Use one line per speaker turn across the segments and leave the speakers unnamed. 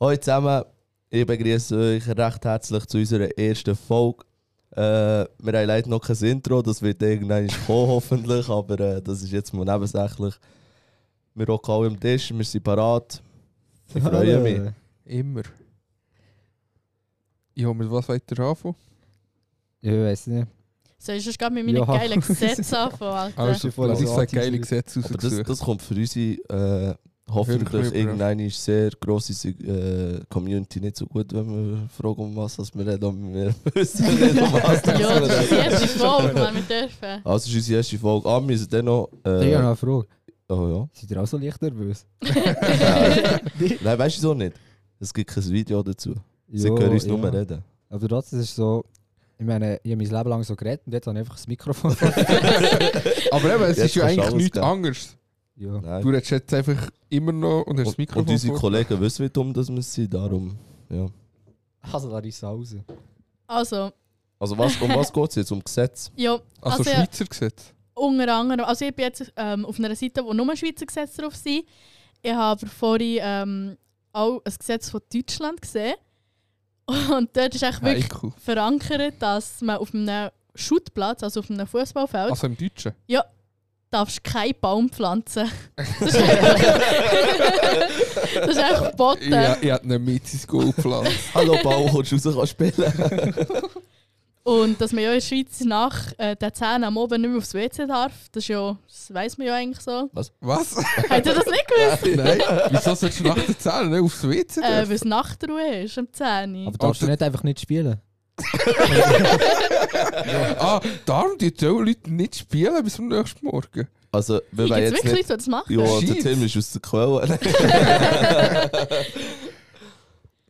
Hallo zusammen, ich begrüße euch recht herzlich zu unserer ersten Folge. Äh, wir haben leider noch kein Intro, das wird irgendwann kommen hoffentlich, aber äh, das ist jetzt mal nebensächlich. Wir hocken alle am Tisch, wir sind parat. Ich freue mich.
Immer. Ja, mit was wollt ihr anfangen?
Ja, ich weiß nicht.
So ist es gerade mit meinen
Ja.
geilen Gesetzen anfangen, Alter.
Also,
ist
voll
voll
ich sage
asozial.
geile Gesetze
Aber das,
rausgesucht.
das kommt für unsere äh, hoffentlich
Wirklich, ja.
irgendeine sehr grosse äh, Community nicht so gut, wenn wir fragen, um was dass wir reden, aber wir wissen nicht, um was dass
ja,
wir
das ist die
reden.
erste Folge, wenn wir dürfen.
Also, es ist unsere erste Folge. Ah, wir sind dann noch...
Ich habe
Äh,
noch eine Frage.
oh ja.
Seid ihr auch so leicht nervös?
Nein, weißt du so nicht? Es gibt kein Video dazu. Sie
Ja,
können uns
ja.
nur mehr reden.
Aber trotzdem ist es so, ich meine, ich habe mein Leben lang so geredet und jetzt habe ich einfach das Mikrofon.
Aber eben, es
Jetzt
ist
kannst du
ja eigentlich
alles
nichts
geben.
anderes.
ja.
Nein.
Du redest jetzt einfach immer noch und hast das
und,
Mikrofon.
und unsere
vor-
Kollegen wissen, wie dumm das wir sind, darum. Ja.
Also da ist raus.
Also,
Also, was, um was geht es jetzt? Um Gesetz?
ja,
also,
also ja.
Schweizer Gesetz.
unter anderem. Also, ich bin jetzt ähm, auf einer Seite, wo nur Schweizer Gesetze drauf sind. Ich habe vorhin ähm, auch ein Gesetz von Deutschland gesehen. Und dort ist echt wirklich
Heiko.
verankert, dass man auf einem Schuttplatz, also auf einem Fußballfeld,
Also im Deutschen.
darfst keinen Baum pflanzen. Das ist echt, das ist echt verboten.
Ja, ich hatte einen Mitzis-Go-Plan.
Hallo, Bau, kommst du raus, kannst spielen?
Und dass man ja in der Schweiz nach äh, den 10 am Abend nicht mehr aufs WC darf, das, ist ja, das weiss man ja eigentlich so.
Was?
Habt ihr das nicht gewusst?
Nein. Wieso sollst du nach der Zähne nicht aufs WC?
äh,
dürfen?
Weil es Nachtruhe ist, um am 10.
Aber darfst du nicht einfach nicht spielen?
ah, darum die auch Leute nicht spielen bis am nächsten Morgen.
Also, wir
Gibt
wollen
es
jetzt nicht...
wirklich Leute, die das machen?
Ja, der
Shit.
Tim ist aus der Quelle.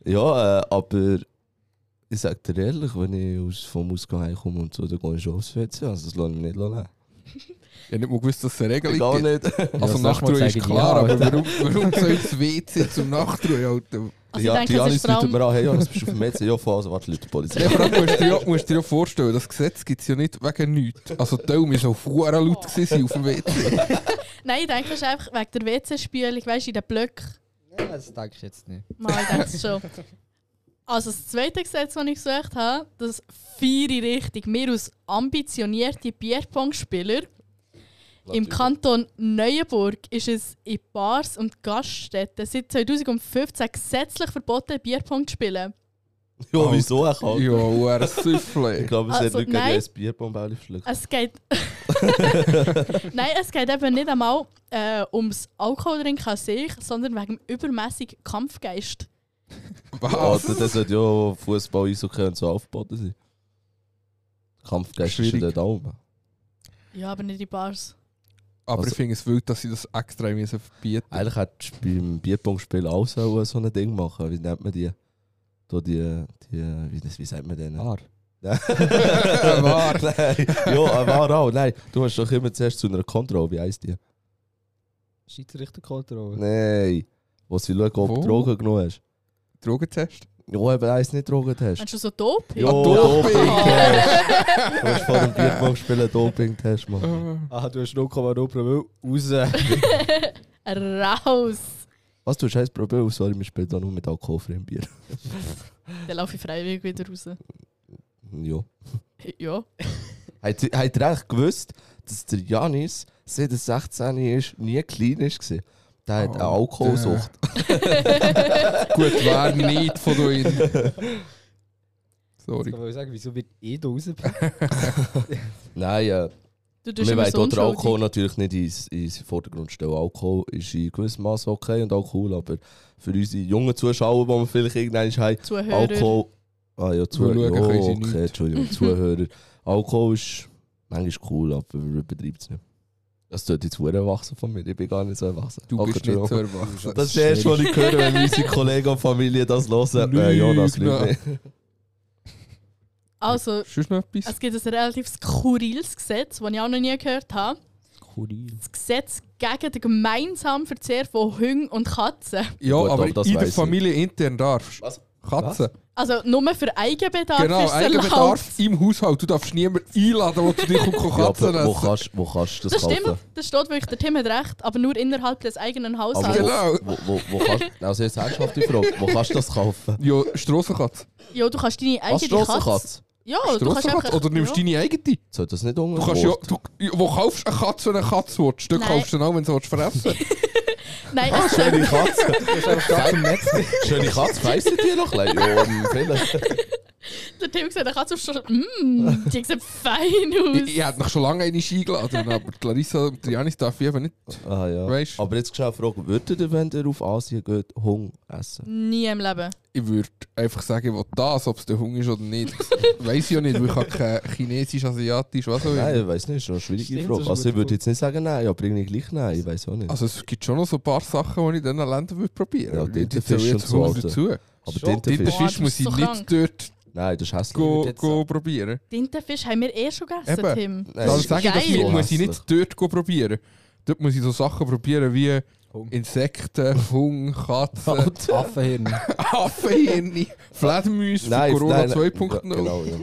ja, äh, aber... Ich sag dir ehrlich, wenn ich aus, vom Ausgang heimkomme und so, dann gehe ich schon aufs WC. Also, das lassen wir nicht lassen.
Ich habe nicht mal gewusst, dass es eine Regelung gibt.
Gar nicht.
Also
Ja, sag mal,
Nachtruhe ist
sagen die
klar,
ja, Alter.
aber warum, warum soll das WC zum um Nachtruhe halten?
Also ich
ja,
denke,
die
das
Janis
ist vor
läutet
allem...
mir an, hey Janis, bist du auf dem WC? Ja, fahr, also warte, Leute, die Polizei.
Ja, vor allem musst du dir ja, musst dir ja vorstellen, das Gesetz gibt es ja nicht wegen nichts. Also die Elmi war schon vorher
Oh.
laut gewesen auf dem WC.
Nein, ich denke, das ist einfach wegen der WC-Spielung, weißt du, in den Blöcken.
Ja, das denke ich jetzt nicht.
Mal, ich denke es schon. Also das zweite Gesetz, das ich gesucht habe, das feiere ich richtig. Wir als ambitionierte Bierpong-Spieler Im Kanton Neuenburg ist es in Bars und Gaststätten seit 2015 gesetzlich verboten, Bierpong zu spielen.
Ja, wieso? Er kann.
Ja, er
Ich
Süffle.
glaube, es
Also,
hat nicht
nein.
gegen ein Bierbombäuli verschluckt.
Es geht. Nein, es geht eben nicht einmal äh, ums Alkoholtrinken an sich, sondern wegen dem übermäßigen Kampfgeist.
Was?
Also, das hat ja Fußball, Eishockey und so aufgeboten sein. Kampfgeist ist ja
Schwierig.
dort auch oben.
Ja, aber nicht in Bars.
Aber
Also-
ich finde es wild, dass sie das extra müssen verbieten
Eigentlich hättest du beim Bierpong-Spiel auch so, so ein Ding machen. Wie nennt man die? Da die, die wie, das, wie sagt man denen?
Klar.
Nein.
Ah. Wahr.
Nein. Ja, ein Wahr auch. Nein, du hast doch immer zuerst zu einer Kontrolle. Wie heisst die?
Schiedsrichterkontrolle.
Nein. Wo sie schauen, ob
Wo?
du Drogen genommen hast.
Drogentest? Ah,
Ja, eben heisst nicht Drogentest.
Hast du so Doping?
Ja, Doping-Test. Du musst vor dem Bierpong-Spiel einen Doping-Test machen.
Ah, du hast 0,0 Promille raus.
Raus!
Was du scheiß Problem aus, sorry, wir spielen da nur mit alkoholfreiem Bier.
Dann laufe ich freiwillig wieder raus.
ja.
Ja.
Hat hat ihr eigentlich gewusst, dass der Janis, seit er 16 ist, nie klein ist? war? Der hat eine
Oh,
Alkoholsucht.
Gut, wer nicht von dir?
Ich
Sorry.
Also,
kann mal sagen, wieso wird eh da raus?
Nein, äh,
Du tust
wir
immer
wollen auch
so
den
unschuldig.
Alkohol natürlich nicht ins, ins Vordergrund stellen. Alkohol ist in gewissem Maße okay und auch cool, aber für unsere jungen Zuschauer, die wir vielleicht irgendwann haben,
Zuhörer.
Alkohol. Ah ja, Zuhörer.
Zuschauen
Ja,
können sie nicht.
okay, Entschuldigung, Zuhörer. Alkohol ist manchmal cool, aber man übertreibt es nicht. Das tut jetzt sehr erwachsen von mir. Ich bin gar nicht so erwachsen.
Du
Okay,
bist nicht
Entschuldigung.
so erwachsen.
Das ist das erste, was ich höre, wenn unsere Kollegen und Familie das hören. Äh, ja, das
Lügner.
liegt nicht.
Also,
Sonst noch etwas?
es gibt ein relativ skurriles Gesetz, das ich auch noch nie gehört habe.
Kuril.
das Gesetz gegen den gemeinsamen Verzehr von Hunden und Katzen.
Ja,
Gut,
aber
aber das
in der
weiss ich.
Familie intern darfst.
Was?
Katze.
Also nur für Eigenbedarf
Genau,
ist es erlaubt.
Eigenbedarf im Haushalt. Du darfst niemanden einladen, wo du dich um Katzen
Ja, wo, wo,
essen.
kannst, wo kannst du das,
Das stimmt,
kaufen?
das steht wirklich, der Tim hat recht, aber nur innerhalb des eigenen
Aber
Haushalts.
Genau.
wo, wo, wo, wo kannst, also jetzt ernsthaft die Frage, wo kannst du das kaufen?
Ja, Strassenkatze.
Ja, du kannst deine
Als
eigene Katze...
Strassenkatze?
Ja, Oh, du kannst
Strassenkatze?
einfach...
Oder nimmst du
ja.
deine eigene?
Soll das nicht
Du kannst ja,
unterwurst?
du, wo kaufst du eine Katze, wenn du eine Katze willst? Du
Nein.
kaufst du auch, wenn du sie willst fressen
Nein,
Ah,
es soll,
Katze.
Im Netz.
Schöne Katze, weißt du die noch? Ja, ähm, vielleicht.
der Tim sieht eine Katze auf Straße. Mmm, die sieht fein
willst.
aus.
Ich, ich hätte mich schon lange eine eingeladen, aber die Larissa und Trianis darf ich eben nicht.
Ah, ja.
Weisst.
Aber jetzt schnell Frage, würdet ihr, wenn ihr auf Asien geht, Hunger essen?
Nie im Leben.
Ich würde einfach sagen, was das, ob es der Hunger ist oder nicht. Weiß ich ja nicht, weil ich habe kein Chinesisch, Asiatisch, was auch
Nein,
immer.
ich weiss nicht, das ist eine schwierige
Stimmt,
Frage.
das ist eine
Also ich
gute
würde jetzt nicht sagen, nein, aber irgendwie gleich nein, ich weiss auch nicht.
Also es gibt schon noch so ein paar Sachen, die ich in diesen Ländern würde probieren
Ja,
würde.
Tintenfisch und so,
Hunger
Alter.
dazu.
aber
schon,
Tintenfisch,
Boah, Oh, das
Tintenfisch
ist
muss ich
so krank.
nicht dort
nein, das ist hässlich.
go,
jetzt
go probieren. Also
Tintenfisch haben wir eh schon gegessen,
Eben.
Tim.
Nein,
Dann
ist
sage ich,
geil.
das muss- muss ich
Hässlich.
nicht dort go probieren. Dort muss ich so Sachen probieren wie
Hunger.
Insekten, Hunger, Katzen,
Alter.
Also, Affenhirn.
Affenhirne, Fledermäuse von Corona 2.0.
Ja, genau, ja.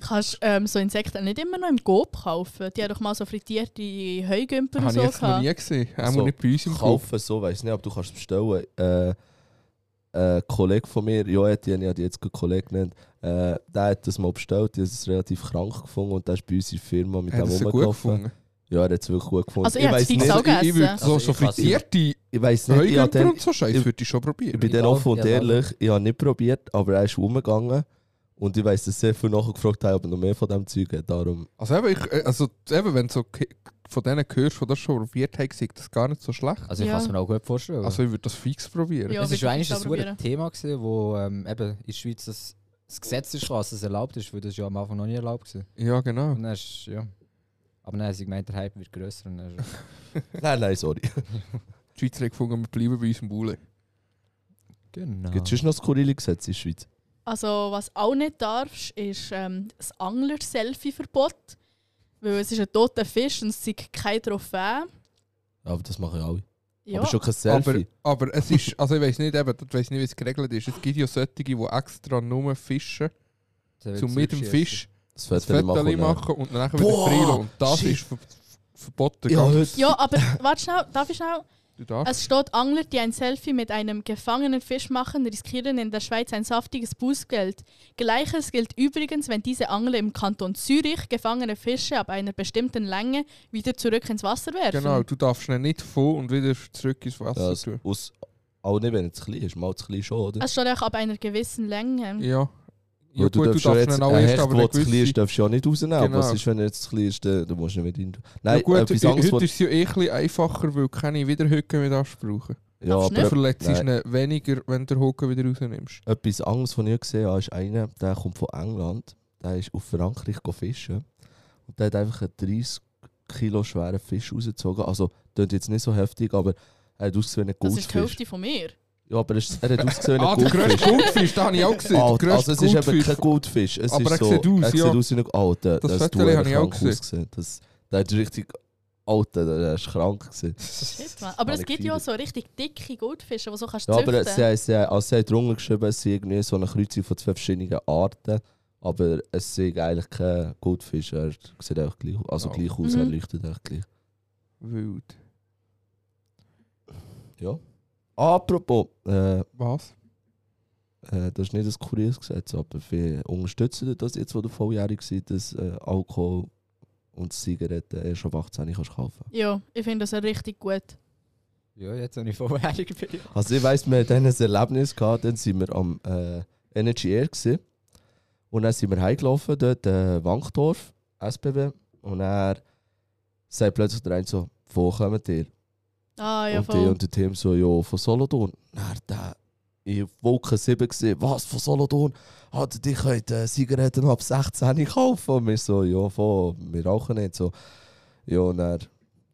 Kannst ähm, so Insekten nicht immer noch im Gob kaufen? Die haben doch mal so frittierte Heugümper und
Habe ich
so
jetzt noch
gehabt.
nie gesehen. Auch
So,
nicht bei uns im Kopf.
Kaufen, so weiss nicht, aber du kannst es bestellen. Äh, äh, ein Kollege von mir, Joe, die habe ich jetzt gerade Kollege genannt, äh, der hat das mal bestellt, der hat es relativ krank gefunden und der ist bei uns in der Firma mit
Hat er
dem
sie gut
rumgelaufen.
gefunden?
Ja, er hat es wirklich gut gefunden.
Also ich hätte es
weiss
fix
nicht,
auch
ich, ich würde
gegessen.
so,
Also
so
ich kann's
frittierte
ich weiss nicht, ich habe
Heugümper
dann
und so Scheiß
ich-
würde ich schon
Ich
probieren.
bin dann
Ja,
offen
genau.
und
ja,
ehrlich, ich habe nicht probiert, aber er ist rumgegangen. Und ich weiss, dass sehr viele nachgefragt haben, ob er noch mehr von diesem Zeug hat. Darum,
Also eben, ich, äh, also eben, wenn du so ke- von denen hörst, die das schon probiert haben, sieht das gar nicht so schlecht.
Also ich
Ja.
kann es mir auch gut vorstellen.
Also ich würde das fix probieren.
Ja.
es ist
wirklich,
schon eigentlich
ich
ein
soll probieren.
super Thema, gewesen, wo ähm, eben in der Schweiz das, das Gesetz ist, was es erlaubt ist, weil das ja am Anfang noch nie erlaubt war.
Ja, genau.
Und dann ist, ja. Aber dann haben sie gemeint, der Hype wird grösser. Und dann ist,
nein, nein, sorry.
Ah. Die Schweizer haben gefunden, wir bleiben bei unserem Bulle.
genau.
Gibt es sonst noch skurrile Gesetze in der Schweiz?
Also, was auch nicht darfst, ist ähm, das Angler-Selfie-Verbot. Weil es ist ein toter Fisch und es sind keine Trophäe.
Ja, aber das machen ja alle.
Ja,
Aber schon kein
Aber,
Selfie.
aber es ist, also ich weiß nicht, eben, ich weiß nicht, wie es geregelt ist. Es gibt ja solche, die extra nur fischen,
Dann
zum
wird's
mit dem
rückschiessen.
Fisch
Das
das
Foto
Foto
machen. machen.
machen und dann wieder
Boah,
freilassen. Und das
shit.
ist ver verboten.
Ja,
gell?
heute.
ja aber warte schnell, darf ich schnell?
Du darfst.
Es steht, Angler, die ein Selfie mit einem gefangenen Fisch machen, riskieren in der Schweiz ein saftiges Bußgeld. Gleiches gilt übrigens, wenn diese Angler im Kanton Zürich gefangene Fische ab einer bestimmten Länge wieder zurück ins Wasser werfen.
Genau, du darfst ihn nicht vor und wieder zurück ins
Ja,
Wasser
das-
tun.
aus, auch nicht, wenn es zu klein ist. Mal zu klein schon, oder?
Es steht auch ab einer gewissen Länge.
Ja.
Ja, du darfst schon jetzt einen Hecht, der zu klein ist,
gewisse-
darfst du ja nicht rausnehmen.
Genau.
Aber was ist, wenn er jetzt zu klein ist, dann dann musst du ihn nicht rein tun.
Ja,
Nein,
gut,
etwas
heute
anderes, was-
ist es ja eh ein bisschen einfacher, weil du keine Wiederhücken mehr darfst brauchen.
ja,
Darfst
Du
Ja,
aber
verletzt
nein.
ihn weniger, wenn du den Hocken wieder rausnimmst.
Etwas anderes, was ich gesehen habe, ist einer, der kommt von England, der ist auf Frankreich go fischen und der hat einfach einen 30 Kilo schweren Fisch rausgezogen. Also, klingt jetzt nicht so heftig, aber er hat ausgesehen wie ein
Das ist die
Goldfisch.
Hälfte von mir.
Ja, aber er ist- er hat ausgesehen wie
Ah,
ein
der
Goldfisch.
grösste Goldfisch, den habe ich auch gesehen.
Ah,
Der grösste
also es ist eben
Goldfisch.
kein Goldfisch. Es
Aber
ist
er
so,
sieht aus,
er
ja.
sieht aus wie ein Alter.
Das
ist
Foto habe
verdammt
ich auch
krank
gesehen.
ausgesehen. Das, der hat richtig Alter, der der ist krank gewesen.
Shit, Mann. Aber
Alle
es gibt ja auch
gefiedert.
so richtig dicke Goldfische, die so kannst
Ja, aber
züchten.
sie, haben- sie, haben- also sie hat drunter geschrieben, es sei irgendwie so eine Kreuzung von zwei verschiedenen Arten. Aber es sind eigentlich kein Goldfisch. Er sieht auch gleich, aus- also
Ja.
gleich aus,
Mhm.
er leuchtet auch gleich.
Wild.
Ja. Apropos, äh, äh,
Was?
das ist nicht das Kuriersgesetz, aber wir unterstützen das jetzt, wo du volljährig seid, dass äh, Alkohol und Zigaretten erst ab 18 kannst kaufen.
ja, ich finde das richtig gut.
Ja, jetzt habe ich vorbereitet. bin.
Also ich weiss, wir hatten dann ein Erlebnis, gehabt, dann sind wir am äh, Energy Air gewesen. und dann sind wir heimgelaufen, dort äh, Wankdorf, SBB und er sagt plötzlich der eine so, wo kommt ihr?
Ah, ja,
und die
voll.
und der Team so, ja, von Solothurn. Dann der in Wolke 7 gesehen, was, von Solothurn? Hat die könnt äh, Zigaretten ab 16 kaufen? Und wir so, ja, voll, wir rauchen nicht. So. Ja, und dann, ein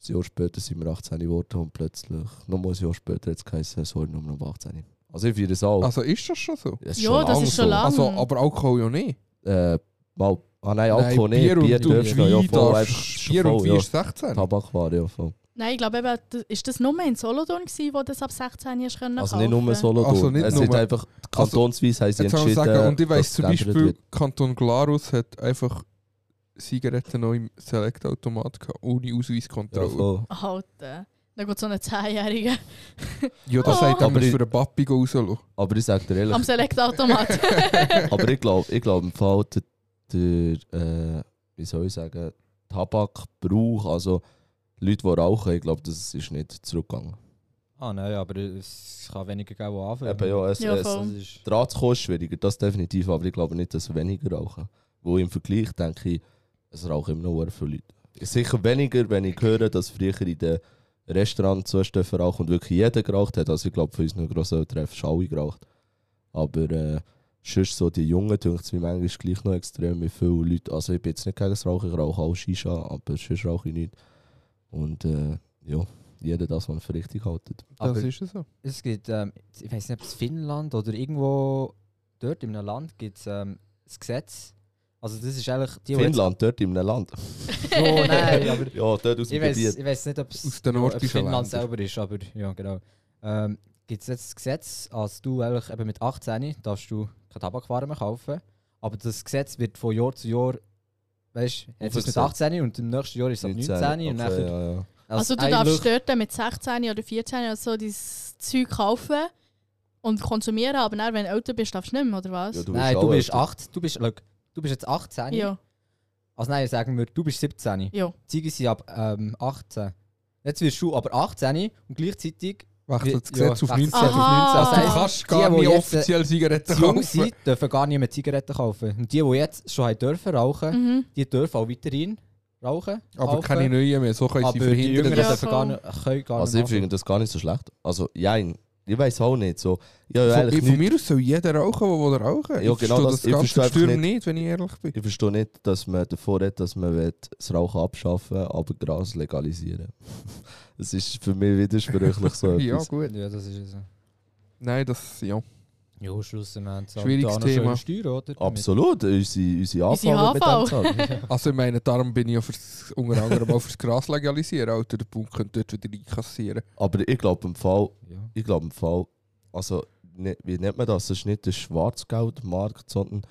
Jahr später sind wir 18 geworden und plötzlich, nochmal ein Jahr später, jetzt geheißen, sorry, nur noch 18. Also ich feiere es auch.
Also ist das schon so?
Es ist
Ja,
schon
das
lang
ist schon
so.
lang.
Also, aber Alkohol ja nicht.
Äh, mal, ah nein, Alkohol
Nein,
nicht, Bier,
und- und
dürfst du ja
Wein
voll,
darfst-
einfach
Bier und
voll,
Wein
ja.
ist 16.
Tabak war ja voll.
Nein, ich glaube, eben, das- ist das nur in Solothurn, gewesen, wo das ab 16 hast können
Also
kaufen?
nicht nur Solothurn.
Also nicht
es
nur-
sind einfach kantonsweise haben sie
Jetzt soll ich
entschieden.
sagen, und ich
dass
weiss
es
zum
geändert
Beispiel,
wird.
Kanton Glarus hat einfach Zigaretten noch im Select-Automat gehabt, ohne
Ja,
Ausweiskontrolle.
voll.
Alter. Dann geht so ein 10-Jähriger
Ja, das
Oh.
sagt
Aber
aber
ich-
für einen Papi gehen rauslassen.
aber ich sag dir
am
ehrlich,
Select-Automat.
aber ich glaube, ich glaub, im Fall der, der äh, wie soll ich sagen, Tabakbrauch, also Leute, die rauchen, ich glaube, das ist nicht zurückgegangen.
Ah nein, aber es kann weniger geben, die anfangen.
Eben, ja, es,
Ja,
es,
voll.
Das ist...
Dran zu kommen ist schwieriger, das definitiv, aber ich glaube nicht, dass weniger rauchen. Wo im Vergleich denke ich, es rauchen immer noch sehr viele Leute. Sicher weniger, wenn ich höre, dass früher in den Restaurants Zustöfer rauchen und wirklich jeder geraucht hat. Also ich glaube, für unsere Grosseltern haben alle geraucht. Aber äh, sonst so die Jungen dünkt es mir manchmal gleich noch extrem wie viele Leute. Also ich bin jetzt nicht gegen das Rauchen, ich rauche auch Shisha, aber sonst rauche ich nicht. Und äh, ja, jeder das, was er für richtig hält.
Das
Aber-
ist so.
Es gibt, ähm, ich weiß nicht, ob es Finnland oder irgendwo dort in einem Land gibt es ähm, ein Gesetz. Also das ist eigentlich... Die, die jetzt-
Finnland, dort in einem Land.
Oh nein, aber...
Ja, dort aus
Ich
dem
weiß,
Gebiet.
ich weiß nicht, ob es
Aus den
ja, ob
nordischen
Finnland
Ländern.
selber ist, aber ja, genau. Ähm, Gibt es jetzt das Gesetz, als du eigentlich eben mit 18 darfst du keine Tabakwaren mehr kaufen, aber das Gesetz wird von Jahr zu Jahr, weißt du, jetzt ist es mit
Aufgesetzt.
18 und im nächsten Jahr ist es ab 19, und
Okay,
nachher,
ja, ja.
Also du darfst dort mit 16 oder 14 oder so dein Zeug kaufen und konsumieren, aber dann, wenn du älter bist, darfst du nicht mehr, oder was?
Ja,
Ja.
du
Nein,
auch
du bist
älter.
8, du bist, look, du bist jetzt 18.
Ja.
Also nein, sagen wir, du bist 17.
Ja.
Ziege sind ab ähm, 18. Jetzt wirst du aber 18 und gleichzeitig
Wechselt das
Ja,
Gesetz auf
wechselt
19.
das Gesetz
auf Aha. 19.
Also, du
Das
kannst
heisst, die,
gar
die
nicht
jetzt, äh,
offiziell Zigaretten
die jung
kaufen.
sind, dürfen gar nicht mehr Zigaretten kaufen. Und die, die jetzt schon haben dürfen rauchen,
Mhm.
die dürfen auch weiterhin rauchen.
Aber
kaufen.
keine neuen mehr, so können sie
Aber die Jüngeren
verhindern.
Ja,
dürfen gar
voll.
nicht, können gar
Also ich
nicht.
finde das gar nicht so schlecht. Also, jein, ich weiß auch nicht. So, ja, ja,
Von,
eigentlich
von
nicht.
mir aus soll jeder rauchen, der will rauchen.
Ja, nou, genau
ich verstehe
das-
das
ich
ganze
verstehe einfach
Gestürm
nicht.
nicht, wenn ich ehrlich bin.
Ich verstehe nicht, dass man davor redet, dass man will das Rauchen abschaffen will, aber Gras legalisieren. Das ist für mich widersprüchlich so
ja,
etwas.
gut.
Ja, das ist es.
Nein, das, ja.
Ja, schlussendlich.
Schwieriges Thema.
Steuer, oder? Damit-
Absolut, unsere, unsere
Unsere
Anfang mit dem
AV.
zahlen.
Also ich meine, darum bin ich ja fürs, unter anderem auch fürs Gras legalisieren, Alter. Der Punkt könnte dort wieder einkassieren.
Aber ich glaube im Fall,
Ja.
ich glaube im Fall, also ne, wie nennt man das? Das ist nicht der Schwarzgeldmarkt, sondern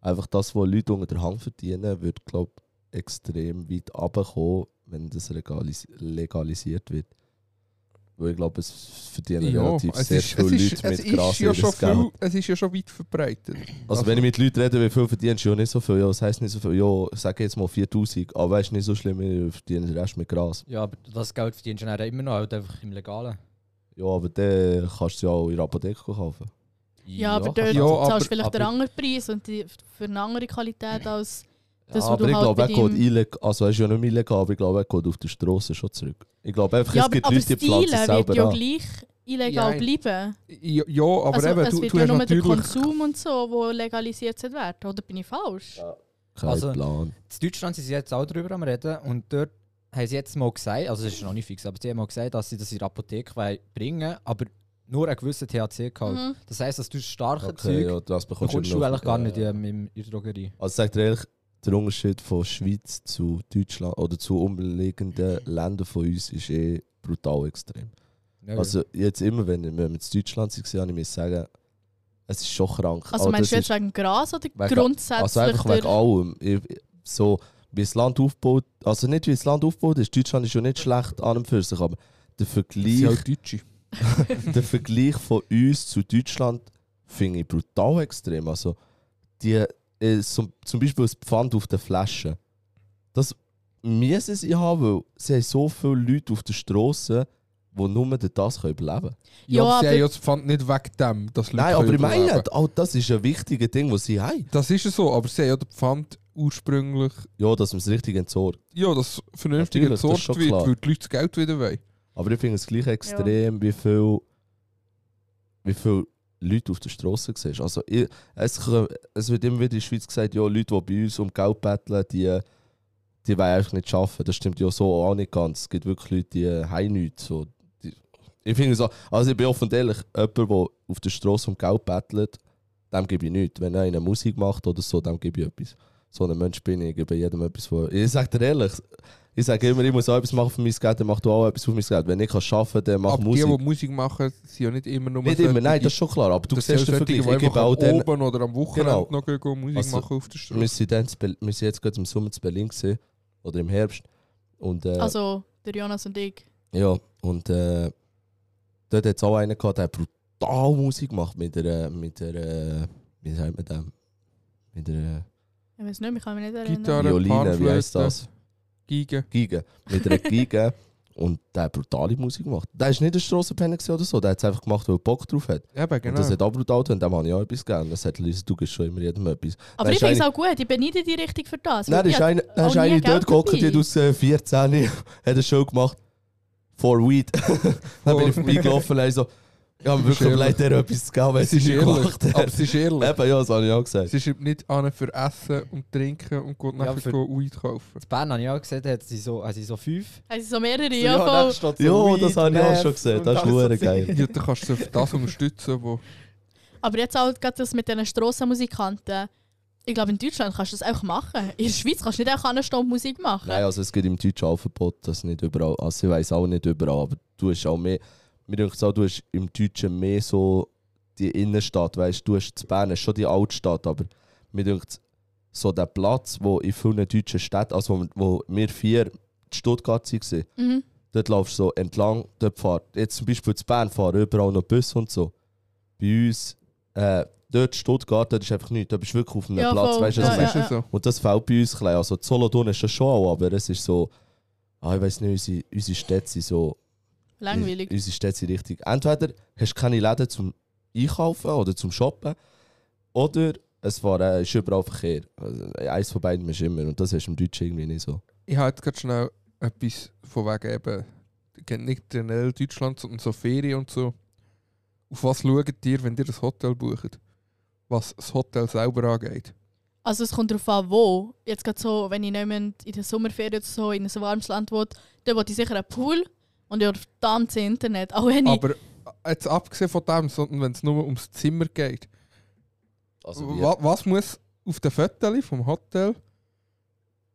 einfach das, was Leute unter der Hand verdienen, wird glaube extrem weit runterkommen, wenn das legalis legalisiert wird. Weil ich glaube, es verdienen relativ sehr viele Leute
es
mit
ist
Gras
ja
ihres
schon
Geld.
viel, es ist ja schon weit verbreitet.
Also wenn ich mit Leuten rede, wie viel verdienst du, ja nicht so viel. Ja, das heisst nicht so viel. Ja, sag jetzt mal 4000, aber es ist nicht so schlimm, ich verdiene den Rest mit Gras.
ja, aber das Geld verdienst du dann immer noch, halt einfach im Legalen.
Ja, aber dann kannst du es ja auch in der Apotheke kaufen.
ja, aber dort
kannst
Ja,
du-
zahlst
aber-
du vielleicht
aber-
einen anderen Preis und die, für eine andere Qualität als das,
ja,
was
aber
du
ich
halt
glaube, er
bei
geht
deinem...
illegal. Also, er ist ja nicht illegal, aber ich glaube, er geht auf der Straße schon zurück. Ich glaube einfach,
Ja,
es
aber,
gibt
aber
Leute,
das
die
Dealen
pflanzen es
wird
selber
ja
an.
gleich illegal
Ja,
bleiben.
Ja, ja aber
also,
eben,
es
du,
wird
du
ja
hast
nur
natürlich...
der Konsum und so, wo legalisiert sollte werden. Oder bin ich falsch?
Ja. Kein
Also-
Plan.
In Deutschland sind sie jetzt auch darüber am Reden und dort haben sie jetzt mal gesagt, also es ist noch nicht fix, aber sie haben mal gesagt, dass sie das in der Apotheke wollen bringen aber nur einen gewissen
halt.
THC-Gehalt.
Mhm.
Das heisst, dass du starke
Okay,
Zeug
ja, das bekommst
bekommst
immer noch-
du eigentlich gar
ja,
nicht
ja.
ähm, im- in der Drogerie.
Also, sagt ihr ehrlich, der Unterschied von Schweiz zu Deutschland oder zu umliegenden Ländern von uns ist eh brutal extrem. Also, jetzt immer, wenn wenn wir in Deutschland waren, habe ich mir sagen, es ist schon krank.
Also
Aber
meinst du
Oh, das
jetzt wegen Gras oder
Wegen-
grundsätzlich?
Also einfach wegen
durch-
allem. Ich, so, wie das Land aufgebaut also nicht wie das Land aufgebaut ist, Deutschland ist ja nicht schlecht an und für sich, aber der
Das sind
Vergleich,
halt Deutsche.
der Vergleich von uns zu Deutschland finde ich brutal extrem. Also die, äh, zum, zum Beispiel das Pfand auf der Flasche, das müssen sie haben, weil sie haben so viele Leute auf der Straße, die nur durch das können überleben können.
Ja,
Ja,
aber sie
aber-
haben ja das Pfand nicht wegen dem, dass Leute
Nein, aber ich
überleben.
meine, oh, das ist ein wichtiges Ding, das sie haben.
Das ist ja so, aber sie haben ja den Pfand ursprünglich...
Ja, dass man es richtig entsorgt.
Ja, dass
Natürlich,
vernünftig
das ist
entsorgt
schon
wird,
klar.
weil die Leute das Geld wieder wollen.
Aber ich finde es gleich extrem, wie viel wie viele Leute auf der Straße siehst. Also ich, es, kö- es wird immer wieder in der Schweiz gesagt, ja, Leute, die bei uns um Geld betteln, die, die wollen einfach nicht arbeiten. Das stimmt ja so auch nicht ganz. Es gibt wirklich Leute, die haben nichts. So. Die, ich finde so, also ich bin offen und ehrlich, jemand, der auf der Straße um Geld bettelt, dem gebe ich nichts. Wenn er eine Musik macht oder so, dem gebe ich etwas. So ein Mensch bin ich, ich gebe jedem etwas. Von. Ich sage dir ehrlich, Ich sage immer, ich muss auch etwas machen für mein Geld, dann mach du auch etwas für mein Geld. Wenn ich kann arbeiten kann, dann mach
Aber
Musik.
die, die Musik machen, sind ja nicht immer nur
nicht immer, nein,
solche-
das ist schon klar. Aber du
das
siehst
sind
den
ja solche, die
Vergleich. Ich gebe
einfach
auch
am
den.
oben oder am Wochenende
Genau.
noch gehen, gehen Musik
Also,
machen auf der
Wir
Straße.
sind, dann, zu Bel- wir sind jetzt gerade im Sommer zu Berlin gesehen. Oder im Herbst. Und, äh,
Also, der Jonas und ich.
Ja, und äh, dort hat es auch einen gehabt, der hat brutal Musik gemacht mit der, äh, mit der, äh, wie sagt man dem? Mit der
Ich weiß nicht, ich kann mich nicht erinnern.
äh,
Gitarre,
Violine, wie
Panflöte,
heißt das?
Geige.
Gige. Mit einer Gige. Und der hat brutale Musik gemacht. Der ist nicht ein Strassenpenner gewesen oder so, der hat es einfach gemacht, weil er Bock drauf hat.
Eben,
Und
genau.
das hat auch brutal getan, dem habe ich auch etwas gegeben. Das hat Lisa, du gibst schon immer jedem etwas.
Aber
Nein,
ich
ist
finde es
eine-
auch gut, ich beneide die richtig für das.
Nein, da
weil
ist
ich-
eine, da ist
auch nie
eine dort
Geld
gehockt, die
dabei.
hat aus äh, 14 hat eine Show gemacht. For Weed. Dann bin ich vorbeigelaufen und so, ja, mir wirklich
ehrlich.
leid, der etwas zu geben, weil sie nicht
ehrlich.
gemacht
Aber
hat.
es ist ehrlich.
Eben, ja, das habe ich auch gesagt.
Sie schreibt nicht an für Essen und Trinken und geht nachher
für-
ja, Weed kaufen.
In Bern habe ich auch gesehen, da hat sie so, also so fünf.
Haben sie so mehrere,
So,
ja, voll.
nächstes steht so
Ja,
Weed,
das habe ich auch
Meth
schon gesehen.
und
Das ist
alles
hure
so
geil.
Ja, dann kannst du sie für das unterstützen, wo
Aber jetzt auch gerade das mit diesen Strassenmusikanten. Ich glaube, in Deutschland kannst du das auch machen. In der Schweiz kannst du nicht auch anstehen und Musik machen.
Nein, also es gibt im deutschen Alphabet das nicht überall. Also ich weiß auch nicht überall, aber du hast auch mehr. Mir denkt auch, du hast im Deutschen mehr so die Innenstadt, weißt du, du hast zu Bern hast schon die Altstadt, aber mir denkt so der Platz, wo in vielen deutschen Städten, also wo, wo wir vier in Stuttgart waren,
Mhm.
dort laufst du so entlang, dort fahrt. Jetzt zum Beispiel zu Bern fahren überall noch Bus und so. Bei uns, äh, dort Stuttgart, dort ist einfach nichts, da bist du wirklich auf einem
Ja,
Platz,
voll.
weißt du,
Ja,
was
das
ich
ja.
ist ja so.
und das fällt bei uns ein bisschen. Also die Solothurn ist das schon auch, aber es ist so... Ah, ich weiß nicht, unsere, unsere Städte sind so...
Langweilig.
Unsere Städte sind richtig... Entweder hast du keine Läden zum Einkaufen oder zum Shoppen oder es war, äh, ist überall Verkehr. Also, eins von beiden ist immer und das ist im Deutschen irgendwie nicht so.
Ich habe jetzt gerade schnell etwas von wegen eben, ihr kennt nicht generell Deutschland, sondern so Ferien und so. Auf was schaut ihr, wenn ihr ein Hotel bucht? Was das Hotel selber angeht.
Also es kommt darauf an, wo. Jetzt gerade so, wenn ich jemand in der Sommerferien oder so in ein warmes Land will, dann will ich sicher einen Pool und ich will Tanz im Internet. Auch wenn ich...
Aber äh, jetzt abgesehen von dem, sondern wenn es nur ums Zimmer geht,
Also,
wa was muss auf den Fotos vom Hotel,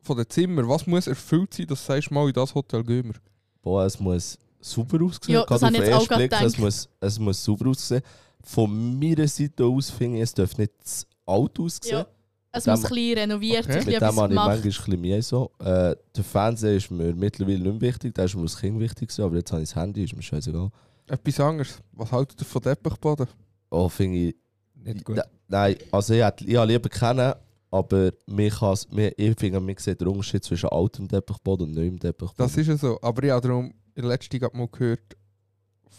von den Zimmer, was muss erfüllt sein, dass du sagst, mal in das Hotel gehen wir?
boah, es muss super aussehen.
Ja, das
Gerade
habe
auf
ich
den
jetzt auch
ersten
gerade
Blick, es
gedacht.
muss, es muss super aussehen. Von meiner Seite aus finde ich, es darf nicht zu alt aussehen.
Ja. Es
Mit
muss
dem-
ein bisschen renoviert,
Okay.
ein bisschen
Mit dem habe ich
etwas
manchmal ein
gemacht.
bisschen mehr so. Äh, der Fernseher ist mir mittlerweile nicht mehr wichtig, der ist mir als Kind wichtig, gewesen, aber jetzt habe ich das Handy, ist mir scheißegal.
Etwas anderes. Was haltet ihr von Teppichboden?
Oh, finde ich.
Nicht gut.
Da- Nein, also ich, hätte- ich habe lieber kennen, aber mir kann's, mir, ich finde, man sieht den Unterschied zwischen altem Teppichboden und neuem Teppichboden.
Das ist ja so. Aber ich habe darum in der letzten Zeit mal gehört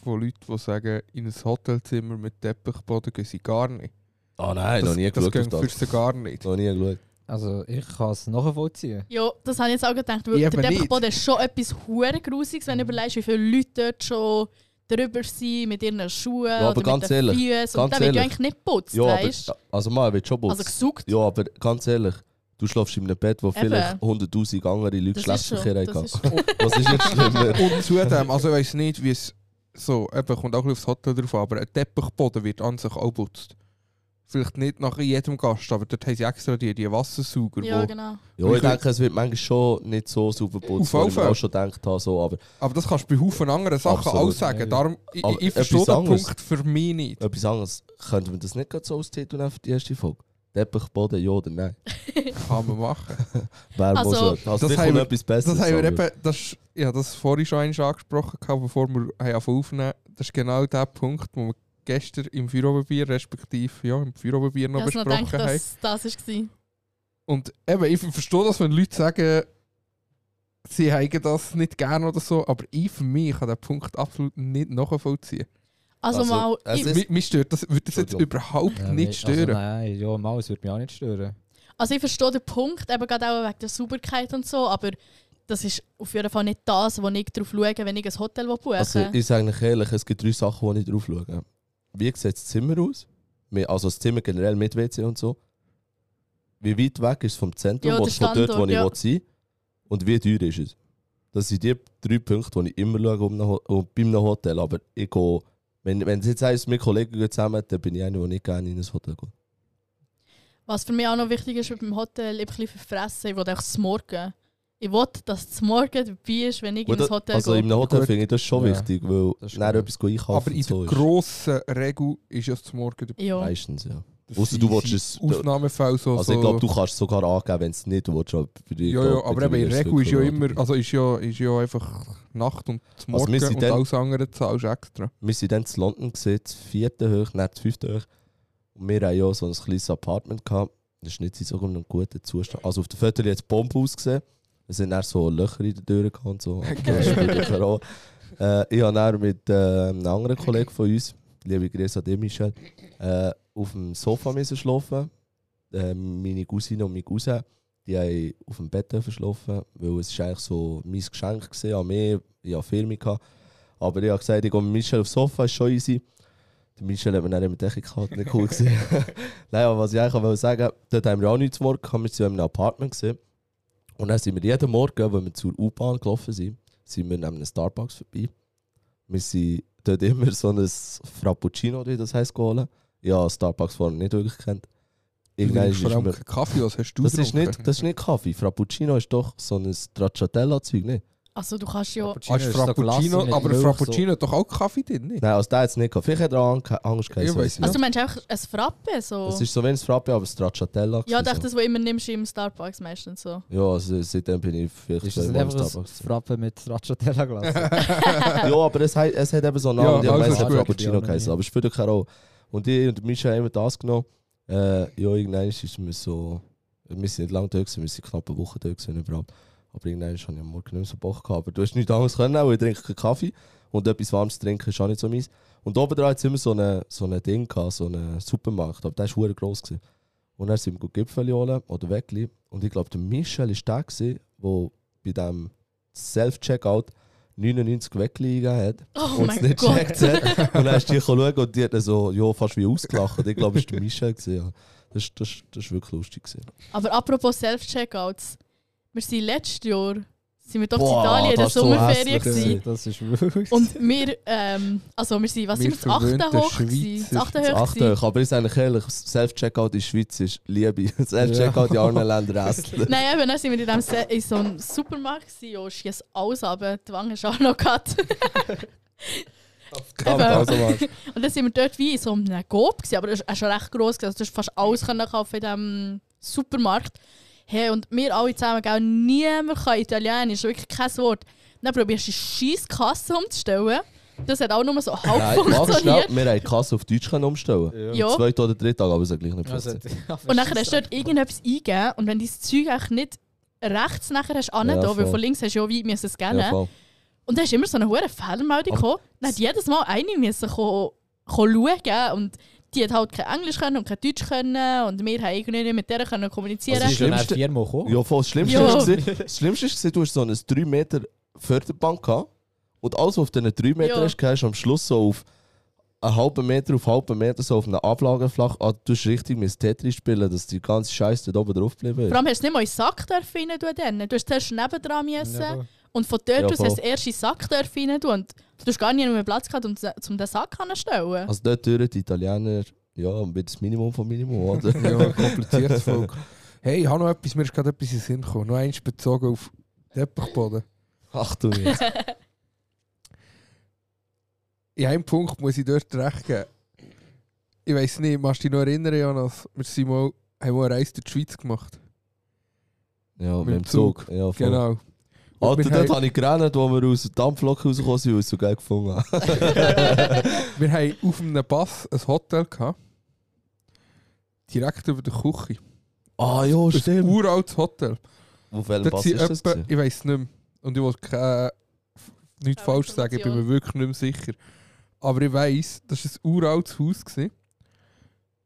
von Leuten, die sagen, in ein Hotelzimmer mit Teppichboden gehen sie gar nicht.
oh nein, noch nie
das
geschaut auf
geht
das.
für sie gar nicht.
Noch nie geschaut.
Also ich kann es nachvollziehen.
Ja, das habe ich jetzt auch gedacht, weil
Ich
der
eben nicht.
Teppichboden ist schon etwas hure Grusiges, wenn du
Mhm.
überlegst, wie viele Leute dort schon drüber sind mit ihren Schuhen
Ja, aber
oder
ganz
mit den
ehrlich,
Füßen.
ganz
Und dann wird
ehrlich.
ja eigentlich nicht geputzt,
Ja, aber,
weißt
also mal, ich will schon
du?
putzen.
Also gesucht.
ja, aber ganz ehrlich, du schlafst in einem Bett, wo vielleicht 100'000 andere Leute
Das ist schon.
Schlechtverkehr
das
haben.
ist-
Was ist jetzt schlimmer?
Und zudem, also ich weiß nicht, wie es so, eben kommt auch ein bisschen aufs Hotel drauf an, aber ein Teppichboden wird an sich auch putzt. Vielleicht nicht nach jedem Gast, aber dort haben sie extra die, die Wassersauger.
Ja,
wo,
genau.
Ja, ich
Ich will-
denke, es wird manchmal schon nicht so sauber geputzt,
Auf
wie ich mir
Alpha.
auch schon gedacht habe. So, aber
aber das kannst du bei Haufen anderen Sachen
Absolut.
auch sagen. Darum, ich,
Aber
ich, ich
etwas
verstehe den
anderes.
Punkt für mich nicht.
etwas anderes, könnten wir das nicht gerade so als Titel nehmen für die erste Folge? Teppichboden, ja oder nein?
Kann man machen.
Wer
Also-
muss schon. Also,
Das
das
haben
kommt
wir-
etwas Besseres.
Das haben wir
aber-
eben, das ist, ich habe das vorhin schon einmal angesprochen, gehabt, bevor wir haben angefangen aufnehmen. Das ist genau der Punkt, wo wir gestern im Feierabendbier, respektive ja, im Feierabendbier noch
Ich habe noch
besprochen
gedacht,
haben.
dass das war.
Und eben, ich verstehe das, wenn Leute sagen, sie haben das nicht gerne oder so, aber ich für mich kann den Punkt absolut nicht nachvollziehen.
Also,
Also,
mal,
es
ich,
ist-
Mich, mich stört das, würde das jetzt
Entschuldigung.
überhaupt
Ja,
nicht
also
stören.
nein, ja, mal, es würde mich auch nicht stören.
also ich verstehe den Punkt, eben gerade auch wegen der Sauberkeit und so, aber das ist auf jeden Fall nicht das, wo ich drauf schaue, wenn ich ein Hotel buchen will.
Also, ich sage eigentlich ehrlich, es gibt drei Sachen, wo ich drauf schaue. Wie sieht das Zimmer aus? Mir- Also, das Zimmer generell mit WC und so. Wie weit weg ist es vom Zentrum,
Ja,
wo
der
es von dort, wo
Standort, ja.
ich sein will? Und wie teuer ist es? Das sind die drei Punkte, die ich immer schaue um ein Ho- um, bei einem Hotel. Aber ich gehe, wenn, wenn es jetzt heisst, mit Kollegen gehen zusammen, dann bin ich einer, der nicht gerne in ein Hotel geht.
Was für mich auch noch wichtig ist beim Hotel, ich bin ein bisschen verfressen, ich will einfach morgen. Ich will, dass es morgen dabei ist, wenn ich
Gut,
ins Hotel
also in
gehe.
einem Hotel
Gut.
finde ich das schon
Ja,
wichtig, weil
das ist
dann
gut.
etwas gehen einkaufen
Aber in
und so
der
ist.
grossen Regel ist es zum Morgen der
Ja.
Meistens, ja. Ausser du willst es-
Ausnahmefall so.
Also ich
so-
glaube, du kannst es sogar angeben, wenn es nicht willst. Aber ich
Ja,
glaub,
ja, aber
bei
eben,
dir
in
ist
der
es
Regel ist ja
wirklich
immer,
dabei.
also ist ja, ist ja einfach Nacht und zum
Also
Morgen
wir sind
und
dann-
alles andere zahlst du extra.
Wir sind dann zu London gesehen, das vierte hoch, nicht das fünfte hoch. Und wir haben ja so ein kleines Apartment gehabt. Das ist nicht in so einem guten Zustand. Also auf der Fotos hat es Bombe ausgesehen. Es sind dann so Löcher in der Tür gehabt und so. Aber das spielt sicher auch. Äh, ich habe dann mit äh, einem anderen Kollegen von uns, liebe Grüße an dich, Michel, äh, auf dem Sofa müssen schlafen. Äh, meine Cousine und mein Cousin, die haben auf dem Bett dürfen schlafen, weil es ist eigentlich so mein Geschenk gewesen, an mich, ich hatte Firma. Gehabt. Aber ich habe gesagt, ich gehe mit Michel aufs Sofa, ist schon easy. Der Michel hat mir dann immer Decke gehalten, nicht cool gewesen. Nein, aber was ich eigentlich wollte sagen, dort haben wir auch nichts zu Morgen gehabt, wir waren in einem Apartment. Gewesen. Und dann sind wir jeden Morgen, wenn wir zur U-Bahn gelaufen sind, sind wir neben einem Starbucks vorbei. Wir sind dort immer so ein Frappuccino, wie das heisst, geholt. Ja, Starbucks vorher nicht wirklich kennt.
Du
Irgendwann
trinkst
ist
vor allem
mir,
keinen Kaffee, was hast du Ah,
das, ist
getrunken?
nicht, das ist nicht Kaffee. Frappuccino ist doch so ein Stracciatella-Zeug, nicht?
Also du kannst ja...
Ah, ist Frappuccino, aber Frappuccino hat doch auch Kaffee drin, nicht?
Nein, also der hat es nicht gehabt. Vielleicht hat er Angst Angst gehabt.
Ich
so
weiss
weiss
nicht.
nicht.
Also du meinst einfach ein Frappe? So.
Es ist so wie ein Frappe, aber Stracciatella.
ja, ich
gewesen,
dachte, das, was immer nimmst du im Starbucks meistens so.
so. Ja, also seitdem bin ich vielleicht
Ist das
zwei Mal
nicht
im
einfach ein
Starbucks.
Frappe mit Stracciatella gelassen?
ja, aber es, hei- es hat eben so einen Namen. Ja,
Ja,
ich habe
also
meistens
gut.
Frappuccino
Ja,
geheißen,
nein.
aber es spielt ja keine Rolle. Und ich und Mischa haben immer das genommen. Äh, ja, irgendwann ist mir so... Wir sind nicht lange da, gewesen, wir sind knapp eine Woche da, gewesen, wenn überhaupt. Aber irgendwann habe ich am Morgen nicht mehr so Bock gehabt. Aber du hast nichts anderes können, weil ich trinke keinen Kaffee. Und etwas Warmes zu trinken ist auch nicht so meins. Und oben dran hat es immer so ein so eine Ding gehabt, so einen Supermarkt. Aber der war verdammt gross. Gewesen. Und dann sind wir Gipfel holen oder Wegli. Und ich glaube, der Michel war der, gewesen, der bei diesem Self-Checkout 99 Wegli gegeben hat
Oh
und es
mein
nicht
Gott.
gecheckt hat. Und dann hast du dich schauen und die hat dann so ja, fast wie ausgelacht. Und Ich glaube, es war der Michel. Gewesen, ja. das, ist- das, ist- das ist wirklich lustig. Gewesen.
Aber apropos Self-Checkouts. Wir sind letztes Jahr sind wir doch
Boah,
in Italien in der
das ist so
Sommerferien.
hässlich.
gewesen.
das ist wirklich.
Und wir, ähm, also wir sind, was
Wir
sind wir, das achte
verwöhnte
hoch?
Schweizer.
gewesen? Das achte
Das
hoch.
achte
gewesen.
ich. Aber ist eigentlich ehrlich, Self-Checkout in der Schweiz ist Liebe. Self-Checkout in anderen Ländern hässlich.
Nein, eben, dann sind wir in, dem Se in so einem Supermarkt gewesen. Ja, schieß alles runter. Die Wange ist auch noch gehabt.
Kann
Eben.
also mal.
Und dann sind wir dort wie in so einem Gob gewesen, aber das war schon recht gross. Gewesen. Also du hast fast alles können kaufen in diesem Supermarkt. Hey, und wir alle zusammen, gell, niemand kann Italienisch, wirklich kein Wort. Dann probierst du die scheiß Kasse umzustellen. Das hat auch nur so halb
Nein, mach schnell.
funktioniert.
Wir haben die Kasse auf Deutsch können umstellen können.
Ja.
Zweiten oder dritten Tag, aber es hat gleich nicht
Also,
funktioniert.
Und nachher hast du dort irgendetwas eingegeben und wenn dein Zeug eigentlich nicht rechts nachher hast du
Ja,
ja, weil
voll.
von links hast du ja wie müssen scannen.
Ja, voll.
und dann hast du immer so eine hohe Fehlermeldung
Aber-
bekommen. Dann hat jedes Mal eine müssen ko- ko schauen und die hat halt kein Englisch können und kein Deutsch können und wir haben irgendwie nicht mit der können kommunizieren.
Also
Das
ist ja
ist schon
Schlimmste-
viermal gekommen.
Ja, voll. Das Schlimmste
Oh. Ja.
war, das Schlimmste war, du hast so eine 3 Meter Förderbank gehabt und alles, was auf diesen 3 Meter
Ja.
hast, hast du am Schluss so auf einen halben Meter auf halben Meter so auf einer Ablageflach. Ah, du hast richtig mit Tetris spielen, dass die ganze Scheiße dort oben drauf geblieben
Vor
ist.
allem hast du nicht mal in den Sack dürfen rein tun. dann. Du hast zuerst nebendran müssen und von dort
Ja,
aus
voll.
hast du erst in den Sack dürfen rein tun. Und du hast gar nicht mehr Platz gehabt, um, um den Sack anzustellen.
Also dort durch die Italiener, ja, mit das Minimum vom Minimum, oder?
Ja, kompliziertes Volk. Hey, ich habe noch etwas, mir ist gerade etwas in den Sinn gekommen. Noch eins bezogen auf Teppichboden.
Ach du jetzt.
In einem Punkt muss ich dort recht geben. Ich weiß nicht, machst du dich noch erinnern, Jonas? Wir sind mal, haben mal eine Reise durch die Schweiz gemacht.
Ja, mit,
Mit
dem
dem
Zug. Ja, voll.
Genau. Und
Alter,
wir
dort
haben-
habe ich gerannt, wo wir aus dem Dampflok rausgekommen sind, weil ich es so geil gefunden habe.
Wir haben auf einem Pass ein Hotel gehabt. Direkt über der Küche.
Ah ja,
Ein
stimmt.
uraltes Hotel.
Auf welchem
Dort
Pass
sind
ist das?
etwa-
gewesen?
ich weiß nicht mehr. Und ich will keine, nichts
Keine
falsch sagen, ich bin mir wirklich nicht mehr sicher. Aber ich weiß, das war ein uraltes Haus. Gewesen.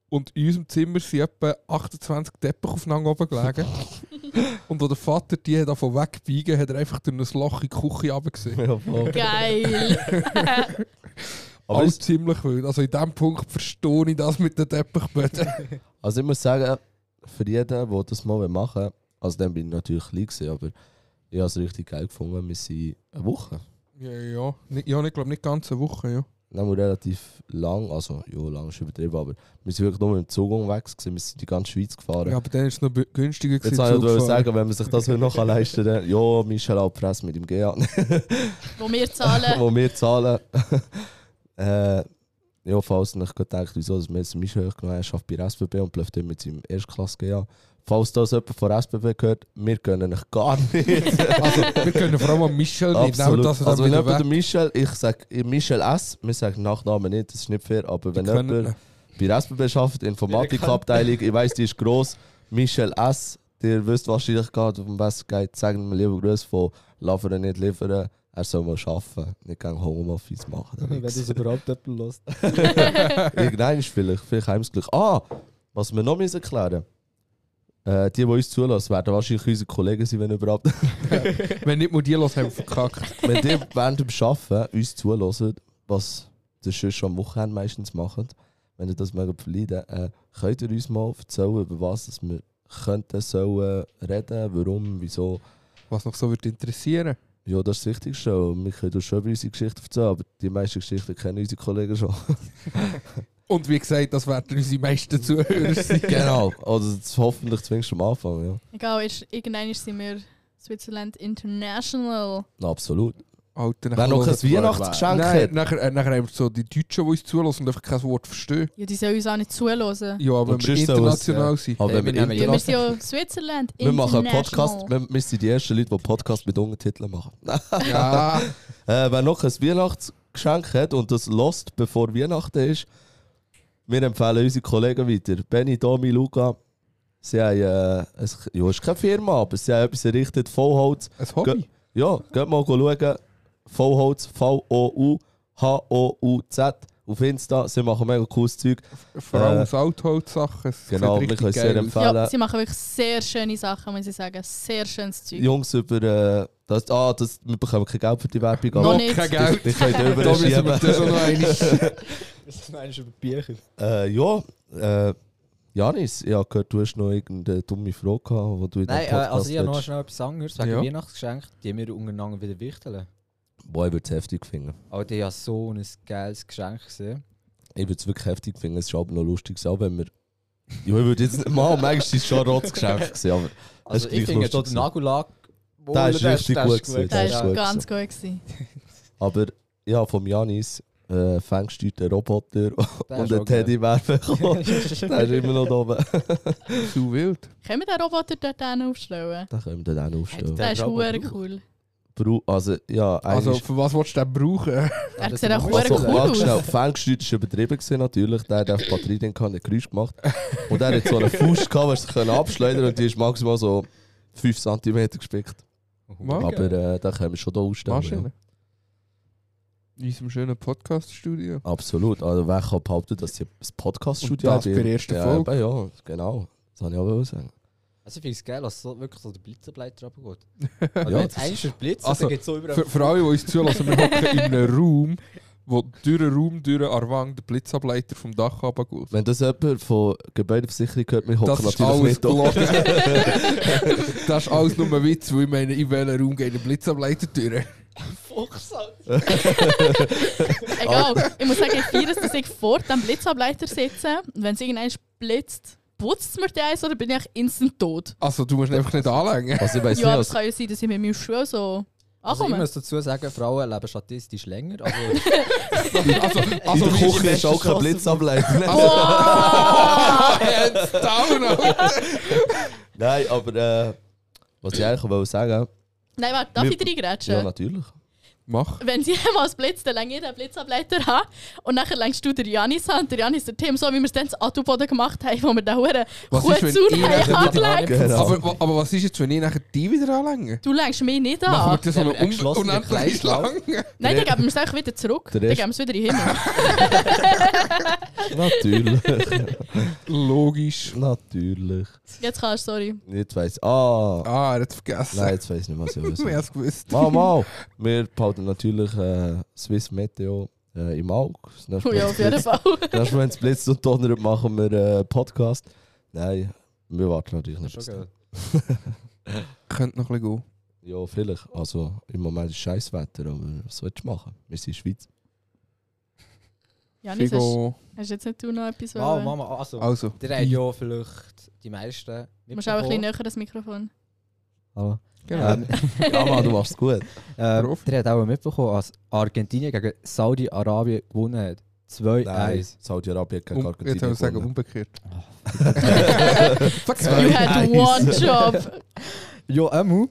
Und in unserem Zimmer sind etwa 28 Teppiche aufeinander oben gelegen. Und wo der Vater die hat davon wegbiegen, hat er einfach durch ein Loch in die Küche runtergesehen.
Ja, voll.
Geil!
Aber
Alles
ist-
ziemlich wild. Also in diesem Punkt verstehe ich das mit den Teppichböden.
Also ich muss sagen, für jeden, der das mal machen will, also dann bin ich natürlich klein gewesen, aber ich habe es richtig geil gefunden. Wir sind eine Woche.
ja, ja. Ni- Ja, ich glaube nicht ganz eine Woche, ja.
nehmen wir relativ lang, also ja, lang ist übertrieben, aber wir sind wirklich nur mit dem Zug unterwegs, gewesen, wir sind die ganze Schweiz gefahren.
Ja, aber dann ist es noch b- günstiger
Jetzt
gewesen,
wollte ich
Zug
wollte
fahren.
sagen, wenn man sich das heute noch leisten kann, dann, ja, Michel Alpress mit dem GA,
wo wir zahlen.
wo wir zahlen. äh, ja, falls ihr euch gerade denkt, wieso dass wir jetzt mich hochgenommen haben, schafft bei der SBB und bleibt immer mit seinem Erstklasse GA. Falls das jemand von der SBB gehört, wir können euch gar nicht.
Also, wir können vor allem an Michel nicht nehmen,
Absolut.
dass er dann
also wenn
wieder
jemand
weg
der Michel, ich sage Michel S, wir sagen Nachnamen nicht, das ist nicht fair, aber wenn
können-
jemand bei der SBB arbeitet, Informatikabteilung, ich weiss, die ist gross, Michel S, ihr wisst wahrscheinlich gerade, um was es geht, sagen wir liebe Grüße von «Liefern, nicht liefern», er soll mal arbeiten, nicht gegen Homeoffice machen.
Wenn das überhaupt jemand lässt.
Irgendein ist vielleicht, vielleicht haben wir es Glück. Ah, was wir noch müssen erklären äh, die, die uns zulassen, werden wahrscheinlich unsere Kollegen sein, wenn überhaupt.
Wenn nicht mal die los haben, wir verkackt.
wenn die während dem Arbeiten uns zulassen, was ihr sonst schon am Wochenende meistens macht, wenn ihr das mögt verleiden, äh, könnt ihr uns mal erzählen, über was dass wir könnten, sollen reden, warum, wieso.
Was noch so würde interessieren.
Ja, das ist das Wichtigste. Und Wir können euch schon über unsere Geschichte erzählen, aber die meisten Geschichten kennen unsere Kollegen schon.
Und wie gesagt, das werden unsere meisten Zuhörer sein.
genau. Also das hoffentlich zwingst du am Anfang, ja.
Egal, ist, irgendwann sind wir Switzerland International.
Na, absolut.
Alter,
Wenn noch ein
Nein,
Weihnachtsgeschenk hat.
nachher, äh, nachher haben wir so die Deutschen, die uns zulassen und einfach kein Wort verstehen.
Ja, die sollen uns auch nicht zulassen.
Ja, aber
Und
wenn
sonst
wir
soll es-
international sind.
Aber wenn wir,
wir nehmen
Ja,
international-
wir sind ja Switzerland
wir machen einen
International.
Podcast, wir, wir sind die ersten Leute, die Podcast mit Untertiteln machen.
Ja,
Äh, wer noch ein Weihnachtsgeschenk hat und das lost bevor Weihnachten ist, wir empfehlen unsere Kollegen weiter. Benny, Domi, Luca. Sie haben, äh, ein, ja, es ist keine Firma, aber sie haben etwas errichtet, Vollholz.
ein Hobby.
Ja, geht mal schauen. Vollholz, V-O-U-H-O-U-Z. Auf Insta, sie machen mega cooles Zeug.
Vor allem
Äh,
aus Altholzsachen. Es
genau,
sieht
wir können
richtig
sehr
geil aus.
empfehlen.
Ja, sie machen wirklich sehr schöne Sachen, muss ich sagen. Sehr schönes Zeug.
Jungs über. Äh, das, ah, das, wir bekommen kein Geld für die Werbung,
Noch
aber
nicht.
Kein
ich,
Geld.
ich könnte
Da müssen wir das auch noch einmal.
Das ist eigentlich über Bücher.
Äh, ja, äh, Janis, ich habe gehört, du hast noch irgendeine dumme Frage gehabt, die du in
Nein,
deinem
äh,
Podcast
also ich habe noch
willst.
schnell etwas anderes wegen
Ja.
Weihnachtsgeschenk, die wir untereinander wieder wichteln.
Boah, ich würde es heftig finden.
Aber die haben so ein geiles Geschenk gesehen.
Ich würde es wirklich heftig finden, es ist aber noch lustig, auch wenn wir... Ja, ich würde jetzt nicht mal, manchmal ist es schon ein Rotzgeschenk gewesen, aber
Also
ist
ich
gleich
finde
lustig
dort den Nagellack...
Der ist richtig gut gewesen, der
das
ist
war
gut
ganz gut. Gewesen.
Aber ja, vom Janis, äh, fängsteuerte Roboter und ein Teddybär bekommen. der ist immer noch da oben.
Zu wild.
Können wir den Roboter dort hin aufstellen?
Den können wir dann auch aufstellen.
Der ist
Robo-
hure cool.
Bru- Also ja,
Also,
eigentlich...
für was willst du den brauchen?
Er sieht auch
Also,
Hure cool
warte
aus.
schnell, Fangstüt war übertrieben gewesen, natürlich. Der hat auf die Batterie den kann, Geräusch gemacht. Und er hat so einen Fuß gehabt, was sich abschleudern konnte, und die ist maximal so 5 cm gespickt.
Okay.
Aber äh, da können wir schon da ausstellen.
Maschine. In unserem schönen Podcast-Studio.
Ja. Absolut. Also, wer kann behaupten, dass sie ein Podcaststudio
Und das bei der ersten Folge.
Ja, eben, ja, genau. Das kann ich auch wollen sagen.
Also ich finde es geil, dass so, wirklich so der Blitzerbleiter runtergeht.
Ja,
Also ja, jetzt
das-
eigentlich ist Blitz,
Also,
dann geht so überall...
Für, für alle, die uns zulassen, wir hocken in einem Raum, wo durch den Raum, durch den Arwang, der Blitzableiter vom Dach runtergeht.
Wenn das jemand von Gebäudeversicherung hört, wir
Das
hocken
ist
natürlich
alles
nicht da.
gelogen. das ist alles nur ein Witz, weil ich meine, in welchem Raum geht ein Blitzableiter durch?
Egal, ich muss sagen, ich feiere es, dass ich vor dem Blitzableiter sitze. Und wenn es irgendein blitzt, putzt es mir die Eis oder bin ich instant tot?
Also, du musst ihn einfach nicht anlängen.
Also, ich weiß
Ja, aber es
nicht,
kann ja sein, dass ich mit meinem Schuh so
Also ich
ankomme.
muss dazu sagen, Frauen leben statistisch länger. Also
Also,
also,
also
in der Küche ist auch kein Blitzableiter.
Wow!
Hands down, Alter.
Nein, aber äh, was ich eigentlich wollte sagen,
Nein, warte, darf
Wir-
ich reingrätschen?
ja, natürlich.
Mach.
wenn sie einmal blitzt, dann länge ich den Blitzableiter an und dann längst du den Janis an und der Janis den Tim, so wie wir es dann zu Adelboden gemacht haben, wo wir den Huren
Was ist, wenn ich nachher
Kuhzaun
wieder-
anlegt.
Genau.
Aber, wa- aber was ist jetzt, wenn ich nachher die wieder anlänge?
Du längst mich nicht
Machen wir
an.
das so eine
Wenn wir einen
un
geschlossenen
unendliche
Kreis laufen.
Schlange?
Nein, dann geben wir es einfach wieder zurück.
Der
Dann
erste-
geben wir es wieder in den Himmel.
Natürlich.
Logisch.
Natürlich.
Jetzt kannst du, sorry.
Jetzt weiss Ah,
Ah, er hat es vergessen.
nein, jetzt weiss ich nicht, was ich will
Ich
sagen.
hab's gewusst.
Mal, mal. Wir behalten natürlich äh, Swiss Meteo äh, im Auge. Das nächste
Oh
Mal,
ja, auf jeden Fall.
wenn es blitzt und donnert, machen wir äh, Podcast. Nein, wir warten natürlich nicht. bis dann.
schon
Könnte noch ein bisschen gehen.
Ja, vielleicht. Also im Moment ist scheiß Wetter, aber was willst du machen? Wir sind in der Schweiz.
Janis, hast,
Figo.
hast jetzt nicht du noch etwas
Wow,
wollen?
Mama, also,
Also,
der hat ja vielleicht die meisten.
Du musst auch ein bisschen näher das Mikrofon.
Hallo.
genau.
Ähm,
Ja, Mann, Äh, du machst es gut.
Ähm,
Profi.
der hat auch mitbekommen, als Argentinien gegen Saudi-Arabien gewonnen hat. 2-1.
Nein, Saudi-Arabien hat
Um,
gegen
jetzt
Argentinien
haben wir sagen,
gewonnen.
umgekehrt.
um-
Fuck,
you had one job.
Jo, Emu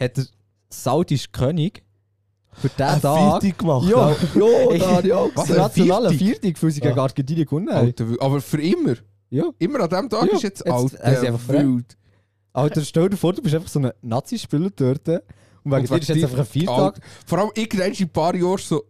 hat der saudische König für diesen
Eine
Tag
Vierte gemacht.
Ja.
Ja, ja da habe ich auch
was
gesehen.
nationale
Vierte?
Viertig für sie gegen Argentinien gewonnen haben.
Alter, Wild. aber für Ah, immer.
Ja.
Immer an dem Tag
Ja,
ist jetzt
jetzt-
alt.
er ist einfach
wild.
Alter, stell dir vor, du bist einfach so ein Nazi-Spieler dort und wegen dir ist jetzt einfach ein Viertag.
Alt. Vor allem irgendwann in ein paar Jahren so,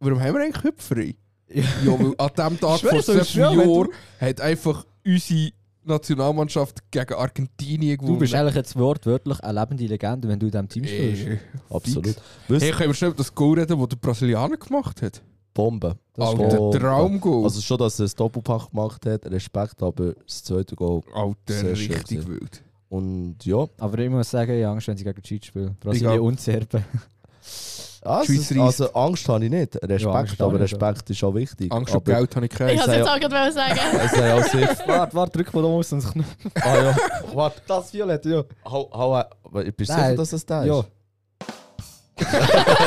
warum haben wir eigentlich heute frei?
Ja.
Ja, weil an dem Tag
Ich schwöre,
vor
so ist
sieben
es ja, wenn du-
Jahren hat einfach unsere Nationalmannschaft gegen Argentinien gewonnen.
Du bist eigentlich jetzt wortwörtlich eine lebende Legende, wenn du in diesem Team spielst.
Ey.
Absolut.
Eh. Hey,
Wisst
können wir schnell über das Goal reden, das der Brasilianer gemacht hat?
Bombe.
Das ist
Alter,
Bombe.
Traumgoal.
Also schon, dass er das Doppelpack gemacht hat, Respekt, aber das zweite Goal.
Oh,
Alter,
sehr schön
richtig
gewesen.
wild.
Und ja,
Aber ich muss sagen, ich habe Angst, wenn sie gegen die Schweiz spielen. Brasilien
Ich auch.
und Serben.
also,
Schweiz reist.
also Angst habe ich nicht. Respekt,
Ja, Angst habe
aber
ich nicht,
Respekt ist auch wichtig.
Angst und
aber
Geld habe ich
Ich
keine.
wollte es jetzt auch gerade sagen.
es haben auch sehr...
Warte, warte, drück mal da raus, sonst knüpft
Ah ja, warte.
das Violett, ja.
Hau, hau, aber ich bin
Nein.
sicher, dass es der ist.
Ja.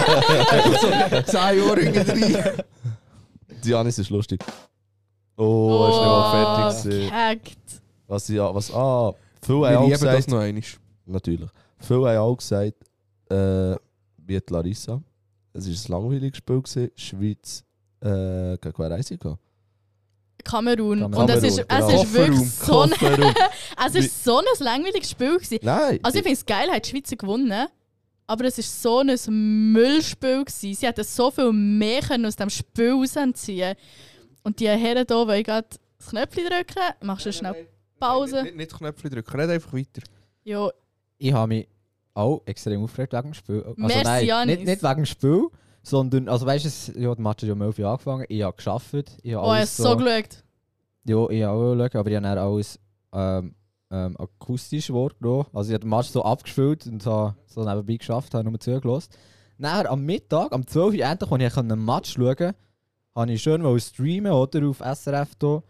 10 Jahre hinterher.
Dianis ist lustig. Oh, er ist nicht mal fertig. gewesen.
gehackt.
Was ja, was, ah, viele
Wir
haben auch
lieben das
gesagt,
noch einmal.
natürlich, viele haben auch gesagt, äh, wie die Larissa, es war ein langweiliges Spiel, gewesen. Schweiz, äh, gegen wer reise ich? gehabt?
Kamerun.
Kamerun,
Und es ist,
genau.
es ist wirklich so ein,
Kofferraum.
es ist so ein langweiliges Spiel. Gewesen.
Nein,
Also ich finde es geil, hat die Schweizer gewonnen. Aber es war so ein Müllspiel. Gewesen. Sie hätten so viel mehr können aus diesem Spiel rausziehen Und die Herren hier wollen gerade das Knöpfchen drücken. Machst du schnell Pause?
Nicht, nicht Knöpfchen drücken, red einfach weiter.
Ja,
Ich habe mich auch extrem aufgeregt wegen dem Spiel. Also
Merci,
nein,
Janis.
nicht, nicht wegen dem Spiel, sondern, also weißt du, ja, die Match hat ja um 11 Uhr angefangen, ich habe gearbeitet, ich habe
oh, er
alles
ist so geschaut.
Ja, ich habe auch geschaut, aber ich habe dann alles ähm, ähm, akustisch wahrgenommen. Also ich habe den Match so abgespielt und habe so nebenbei geschafft, habe nur zugelassen. Nachher am Mittag, am 12 Uhr endlich, als ich einen Match schauen konnte, habe ich schön wollen streamen oder auf SRF hier.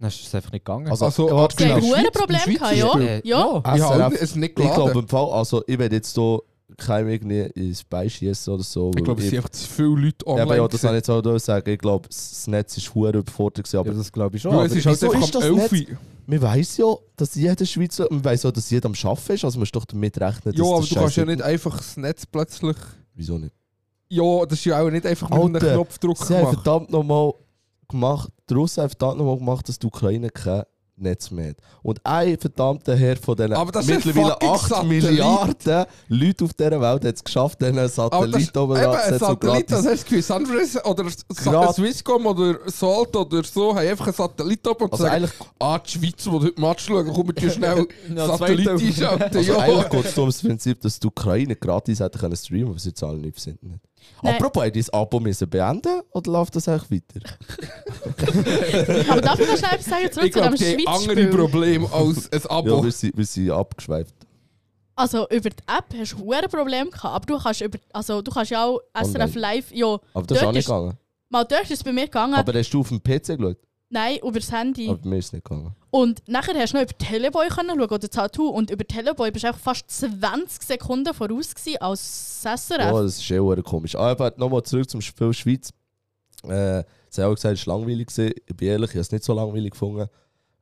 Dann ist es einfach nicht gegangen.
Also,
warte,
Sie
genau.
haben
Schweiz-
ein Problem
Schweizer
gehabt, Ah, ja.
Spiel.
Äh,
Ja,
Ich habe
SRF,
es nicht
ich glaube
geladen.
im Fall, also ich werde jetzt hier keinem irgendwie ins Bein schießen oder so.
Ich
weil
glaube, es sind einfach zu viele Leute
Ja,
online.
aber ja, das
gewesen.
kann ich jetzt auch da sagen. Ich glaube, das Netz ist hure überfordert. gewesen,
ja,
Aber
das glaube ich schon.
Du,
aber
es ist
wieso
halt einfach
ist
am
das
11
nicht- man weiß ja, dass jeder Schweizer, man weiß ja, dass jeder am Arbeiten ist. Also man muss doch damit rechnen, dass der
Ja, aber du kannst
Scheiß
ja nicht einfach das Netz plötzlich.
Wieso nicht?
Ja,
dus
das ist ja auch nicht einfach mit einem
Alter,
Knopfdruck
Sie haben
gemacht.
verdammt nochmal gemacht, die Russen haben verdammt nochmal gemacht, dass die Ukraine kein Netz mehr hat. Und ein verdammter Herr von diesen
Aber das sind
mittlerweile
fucking
8
Satellit.
Milliarden Leute auf dieser Welt hat es geschafft, diesen
Aber das
Satellit
ist
oben
eben ein
anzusetzen und
Satellit, das
gratis-
hast du das Gefühl, Sunrise oder Sa-
Gratis.
Swisscom oder Salt oder so, haben einfach einen Satellit ab und
Also
sagen,
eigentlich,
ah, die Schweiz, die heute Match schauen, kommen die schnell
Noch
Satellit
zweite.
einschalten.
also
Ja.
eigentlich geht es ums Prinzip, dass die Ukraine gratis hätte können streamen, aber sie zahlen nichts sind nicht.
Nein.
Apropos, haben die das Abo müssen beenden oder läuft das eigentlich weiter?
aber darf ich noch schnell etwas sagen
Ich
zurück zu
glaube,
dem
die haben andere
Schweizspiel?
Probleme als ein
Ja,
Abo.
wir sind, wir sind abgeschweift.
Also über die App hast du ein Problem gehabt, aber du kannst, über, also, du kannst ja auch SRF
Online.
Live, ja,
Aber das ist
Dort
auch nicht
ist-
gegangen.
mal dort ist es bei mir gegangen,
Aber hast du auf dem PC geschaut?
nein, über das Handy.
Aber bei mir ist es nicht gegangen.
Und nachher hast du noch über Teleboy können schauen oder Tattoo. Und über Teleboy bist du auch fast 20 Sekunden voraus gewesen als SRF.
Ja, das ist eh verdammt komisch. Aber nochmal zurück zum Spiel Schweiz. Äh, sie haben auch gesagt, es war langweilig. Gewesen. Ich bin ehrlich, ich habe es nicht so langweilig gefunden.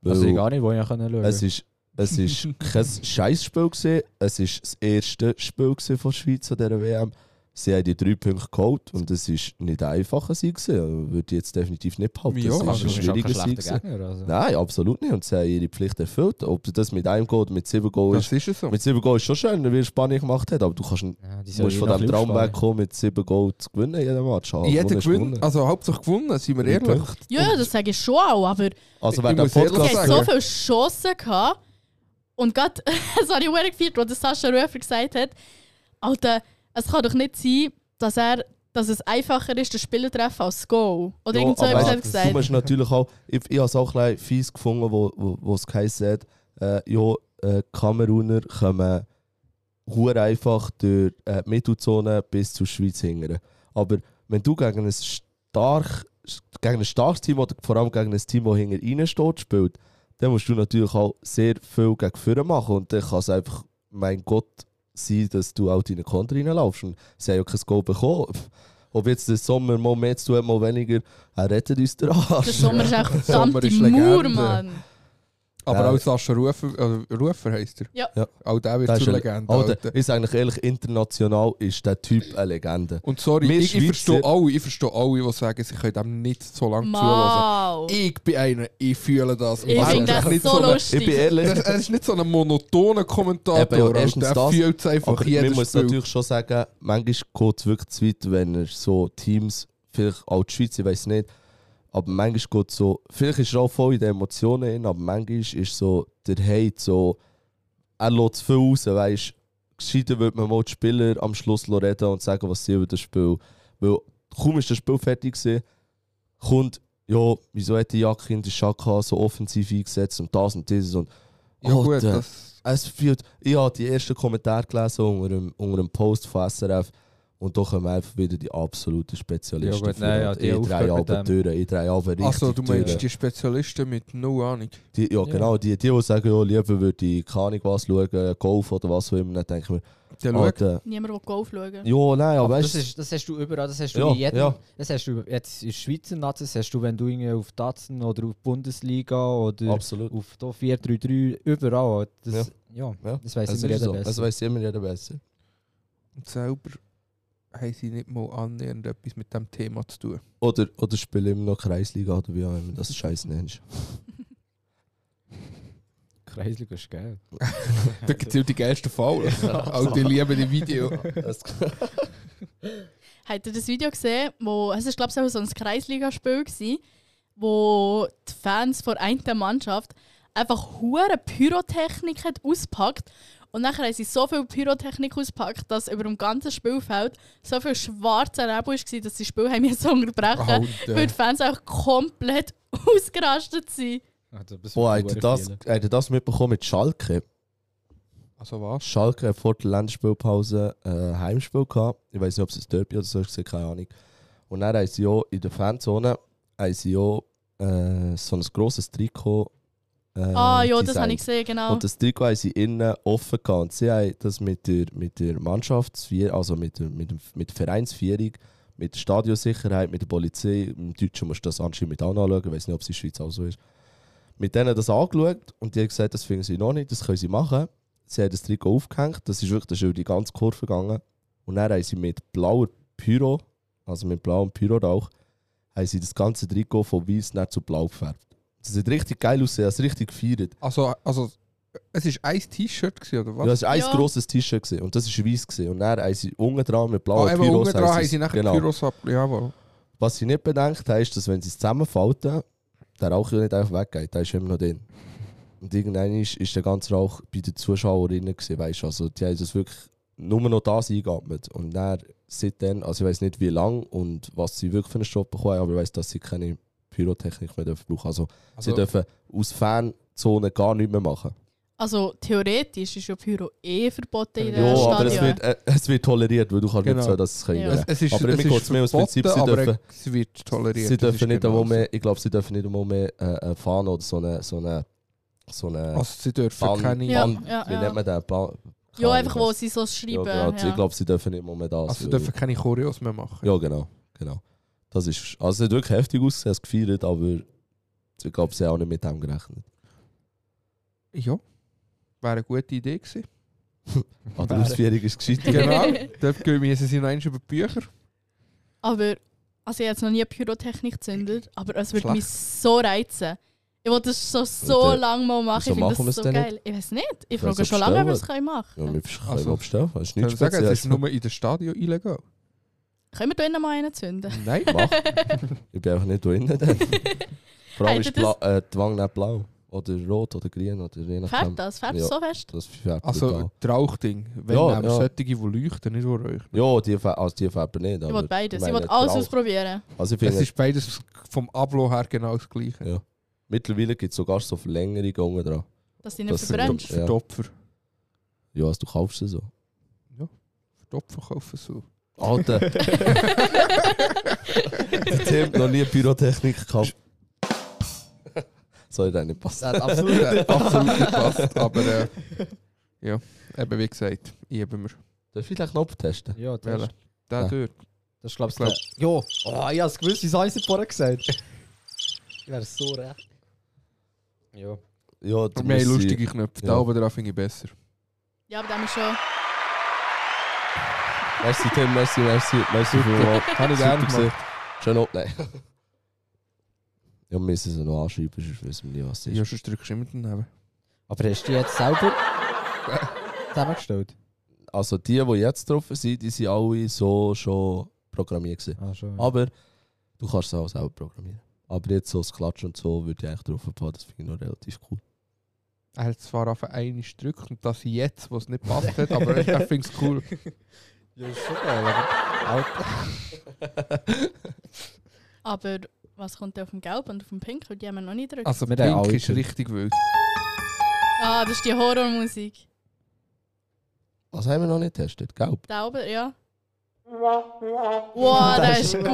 Weil
also ich gar nicht, wo ich ja können schauen
es ist, es ist kein Scheißspiel gewesen. Es ist das erste Spiel gewesen von der Schweiz an dieser WM. Sie haben die drei Punkte geholt und es war nicht einfach ein Sieg. gewesen. Also, Würde ich jetzt definitiv nicht behaupten.
Ja,
es war ein
also es ist
auch kein
schwieriger Sieg.
schlechter
gewesen.
Gegner. Also.
Nein, absolut nicht. Und sie haben ihre Pflicht erfüllt. Ob das mit einem Goal oder mit sieben Goal ist,
Das ist es so.
Mit 7 Goal ist schon schön, wie Spanien gemacht hat, aber du kannst,
Ja, die sollen
musst
eh
von
noch
diesem
ein
Traum
bisschen
wegkommen, mit 7 Goal zu gewinnen in jedem Match. Ah,
Jeder
gewonnen ist
gewinnt,
gewonnen.
also hauptsächlich gewonnen, sind wir
Mit
ehrlich.
Punkten.
Ja, ja, das sage ich schon auch, aber
Also
Ich-
wenn
ich
der
muss ehrlich
ich
Podcast
sagen-
hatte so viele Chancen gehabt. Und gerade, das habe ich sehr gefeiert, was Sascha Röfer gesagt hat. Alter, es kann doch nicht sein, dass, er, dass es einfacher ist, das Spieler zu treffen als das Goal. Oder
Ja,
irgend so
aber
etwas
weißt
hat er
du, Du
gesagt.
musst natürlich auch, ich, ich habe es auch ein bisschen fies gefunden, wo, wo, wo es geheißen hat, äh, ja, äh, Kameruner kommen hure einfach durch äh, die Mittelzone bis zur Schweiz hingern. Aber wenn du gegen ein stark gegen ein starkes Team oder vor allem gegen ein Team, das hinter ihnen steht, spielt, dann musst du natürlich auch sehr viel gegen vorne machen. Und dann kann es einfach, mein Gott, sein, dass du auch deine Konter reinlaufst. Und sie haben ja kein Goal bekommen. Ob jetzt der Sommer mal mehr zu tun hat, mal weniger, er rettet uns den Arsch.
Der Sommer ist echt
Sommer
verdammte
ist
Mauer,
Legende.
Mann.
Aber
Ja.
auch Sascha Rufer, äh, Rufer heisst er.
Ja.
Ja.
Auch der wird
Das ist
zur
eine-
Legende.
Alter,
Alter.
ist eigentlich ehrlich, international ist der Typ eine Legende.
Und sorry,
wir
ich, ich verstehe
Schweizer-
alle, ich verstehe alle, die sagen, sie können dem nicht so lange zuhören.
Mal.
Ich bin einer, ich fühle das.
Ich
Mann.
Also,
finde
das
das
ist nicht
so
so eine- Ich bin
lustig.
ehrlich,
Das, es ist nicht so ein monotoner Kommentator,
Eben, ja,
Alter.
erstens
der
das,
fühlt es einfach
Aber man
jedes
muss
Spiel.
natürlich schon sagen, manchmal geht es wirklich zu weit, wenn er so Teams, vielleicht auch die Schweiz, ich weiß nicht, aber manchmal geht es so, vielleicht ist er auch voll in den Emotionen hin, aber manchmal ist so der Hate so, er lässt zu viel raus, weißt gescheiter würde man mal die Spieler am Schluss reden und sagen, was sie über das Spiel. Weil kaum ist das Spiel fertig gewesen, kommt, ja, wieso hat die Jacke in der Schaka so offensiv eingesetzt und das und dieses und
Ja gut,
Alter.
das...
Es fühlt, ich habe die ersten Kommentare gelesen unter einem, unter einem Post von SRF und da kommen einfach wieder die absoluten Spezialisten. E
Ja gut,
vor.
nein,
Und
ja, die
ich
aufhört
drehe
mit
aber
dem.
Türen, ich drehe aber E richtig
Also du meinst
Türen.
die Spezialisten mit no Ahnung.
Die, ja,
Ja.
genau, die, die, die sagen, ja, lieber würde ich keine Ahnung was schauen, Golf oder was auch immer, dann denke ich
Der
mir,
schaut,
Alter,
Niemand will Golf schauen.
ja, nein, aber
Aber
weißt
das,
du,
ist, das hast du überall, das hast du
Ja,
in jedem.
ja.
Das hast du jetzt in der Schweizer Nazi, das hast du, wenn du irgendwie auf Datsen oder auf Bundesliga oder
absolut.
auf da 4-3-3, überall. Das, ja.
Ja.
das weiß
Das,
immer
ist
jeder
so. Also
besser.
das weiss immer jeder besser.
und selber haben sie nicht mal annähernd etwas mit dem Thema zu tun.
Oder, oder spiele immer noch Kreisliga oder wie auch immer, das Scheiß nennst.
Kreisliga ist geil.
Da gibt es ja die geilsten Faulen. Auch die lieben die Video.
Das-
Habt ihr das Video gesehen, wo, es ist glaube ich so ein Kreisligaspiel gewesen, wo die Fans von einer Mannschaft einfach hure Pyrotechnik hat auspackt und nachher haben sie so viel Pyrotechnik auspackt, dass über dem ganzen Spielfeld so viel schwarzer Rebo war, dass sie das Spiel haben müssen unterbrechen
Ah,
mussten, weil
Alter.
die Fans auch komplett ausgerastet sind.
Also, das
Boah, habt ihr das, habt ihr das mitbekommen mit Schalke?
Also was?
Schalke hat vor der Länderspielpause ein Heimspiel gehabt. Ich weiß nicht, ob es ein Derby oder so ist, keine Ahnung. Und dann haben sie ja in der Fanzone haben sie ja, äh, so ein grosses Trikot. äh,
ah ja, das
designt.
habe ich gesehen, genau.
Und das Trikot haben sie innen offen gehabt. Und sie haben das mit der, mit der Mannschaftsvier, also mit der, mit, dem, mit der Vereinsvierung, mit der Stadionsicherheit, mit der Polizei, im Deutschen musst du das anscheinend mit anschauen, ich weiß nicht, ob es in der Schweiz auch so ist. Mit denen das angeschaut und die haben gesagt, das finden sie noch nicht, das können sie machen. Sie haben das Trikot aufgehängt, das ist wirklich das ist über die ganze Kurve gegangen. Und dann haben sie mit blauer Pyro, also mit blauem Pyrorauch, haben sie das ganze Trikot von weiß nach zu blau gefärbt. Das sieht richtig geil aus, sie haben es richtig gefeiert.
Also, also es war ein T-Shirt gewesen, oder was?
Ja, das war ein
Ja.
grosses T-Shirt gewesen und das war weiß. gewesen. Und dann haben sie unten dran mit blauen
ah, eben
Pyros.
unten dran haben
es-
sie nachher
genau.
Pyros ab. Jawohl.
Was sie nicht bedenkt haben, ist, dass wenn sie es zusammenfalten, der Rauch ja nicht einfach weggeht, der ist immer noch drin. Und irgendwann ist, ist der ganze Rauch bei den Zuschauerinnen gewesen, weißt du. Also die haben das wirklich nur noch das eingeatmet. Und dann seitdem, also ich weiß nicht wie lang und was sie wirklich für einen Stopp bekommen haben, aber ich weiß, dass sie keine Pyrotechnik mehr dürfen brauchen. Also, sie
Also,
dürfen aus Fanzone gar nichts mehr machen.
Also theoretisch ist ja Pyro eh verboten
Ja,
in diesem
Ja, aber es
Stadion.
wird, äh, es wird toleriert, weil du kannst
Genau.
nicht so, dass es
Ja.
können.
es, es ist,
Aber
es
mir
ist
geht's mehr ums Prinzip, sie
verboten, aber
dürfen-
es wird toleriert.
Sie
Das ist
dürfen nicht
genau
einmal
so.
mehr, ich glaube, sie dürfen nicht einmal mehr äh, eine Fahne oder so eine, so eine, so eine
Also sie dürfen
Band-
keine...
Ja,
Band-
ja,
wie
ja.
nennt man den? Ba
Ja, einfach wo sie so schreiben.
Ja, genau. Ich
ja.
glaube, sie dürfen nicht mal mehr das.
Also sie
weil-
dürfen keine Choreos mehr machen.
ja, genau, genau. Das ist, also es hat wirklich heftig ausgesehen, es gefeiert, aber ich glaube, sie haben auch nicht mit dem gerechnet.
Ja. Wäre eine gute Idee gewesen.
An der Ah, Ausführung ist es gescheitert.
Genau. Dort gehen wir sie noch eins über die Bücher.
Aber, also ich habe jetzt noch nie Pyrotechnik gezündet, aber es würde
Schlecht.
mich so reizen. Ich wollte das schon so
Und, äh,
lange mal machen.
wieso
Ich finde
machen
das
wir's
so
denn nicht?
geil. Ich weiß nicht. Ich
Können
frage
wir's
schon lange, ob wir
bestellen?
es können machen
Ja,
können.
wir können
Also,
also, bestellen, das ist
Ich
nichts
würde sagen, es
Spezielles.
ist nur in den Stadion illegal.
Können wir da innen mal einen zünden?
Nein.
Mach. Ich bin einfach nicht da drinnen. dann. Vor allem
Hat
ist
er das-
bla, äh, die Wange nicht blau. Oder rot oder grün oder je nachdem.
Fährt das? Fährt
Ja.
so fest?
Das färbt
Also
egal.
die Rauchding. Wenn
Ja,
nehmen
ja.
solche, die leuchten, nicht die räuchern.
Ja, die, fär- also die färbt nicht.
Ich
Aber
will beides.
ich
Ich
meine,
will alles
Rauch.
ausprobieren.
also ich
Es
finde,
ist beides vom Ablauf her genau das gleiche.
Ja. mittlerweile gibt es sogar so Verlängerungen unten dran.
Dass du nicht
Das-
verbrennst.
Für
Ja.
die Opfer.
Ja, also du kaufst sie so.
Für die Opfer kaufen so.
Alter. Der Tim hat noch nie Pyrotechnik gehabt. Sorry, das hat nicht passt.
Das hat absolut nicht
hat absolut nicht gepasst, aber äh, ja, eben wie gesagt, ich habe mir
Darf ich den Knopf testen?
Ja, das,
wählen.
ist-
Der
Ja.
dort.
das ist, glaub ich,
Glaub-
der- Jo, oh, ich hab's gewusst, wieso hab ich's nicht vorher gesagt? Ich wäre so recht. Ja.
Ja, das
Wir
muss
haben
sein.
lustige Knöpfe,
Ja.
da oben drauf finde ich besser.
Ja, aber dem ist schon.
Merci Tim, merci, merci, merci vielmals.
Habe ich gerne
Super
gemacht.
Schön abnehmen. Ja, wir müssen sie noch anschreiben, sonst wissen wir nicht, was es
Ja,
ist.
sonst drückst du immer daneben.
Aber hast du die jetzt selber zusammengestellt?
Also die, die jetzt getroffen sind, die sind alle so schon programmiert gewesen.
Ah, schon. ja.
Aber du kannst es auch selber programmieren. Aber jetzt so das Klatschen und so würde ich eigentlich drauf fahren, das finde ich noch relativ cool.
Er hat zwar auf einen gedrückt und das jetzt, was nicht passt hat, aber er finde es cool.
Ja, ist schon geil, aber... Alter.
Aber was kommt denn auf dem Gelb und auf dem Pink? Weil Die haben wir noch nicht gedrückt.
Also
Wir haben
Pink
alle
ist
gedrückt.
richtig wild.
Ah, das ist die Horrormusik.
Was haben wir noch nicht getestet? Gelb.
Da oben, ja. Wow, das ist gut.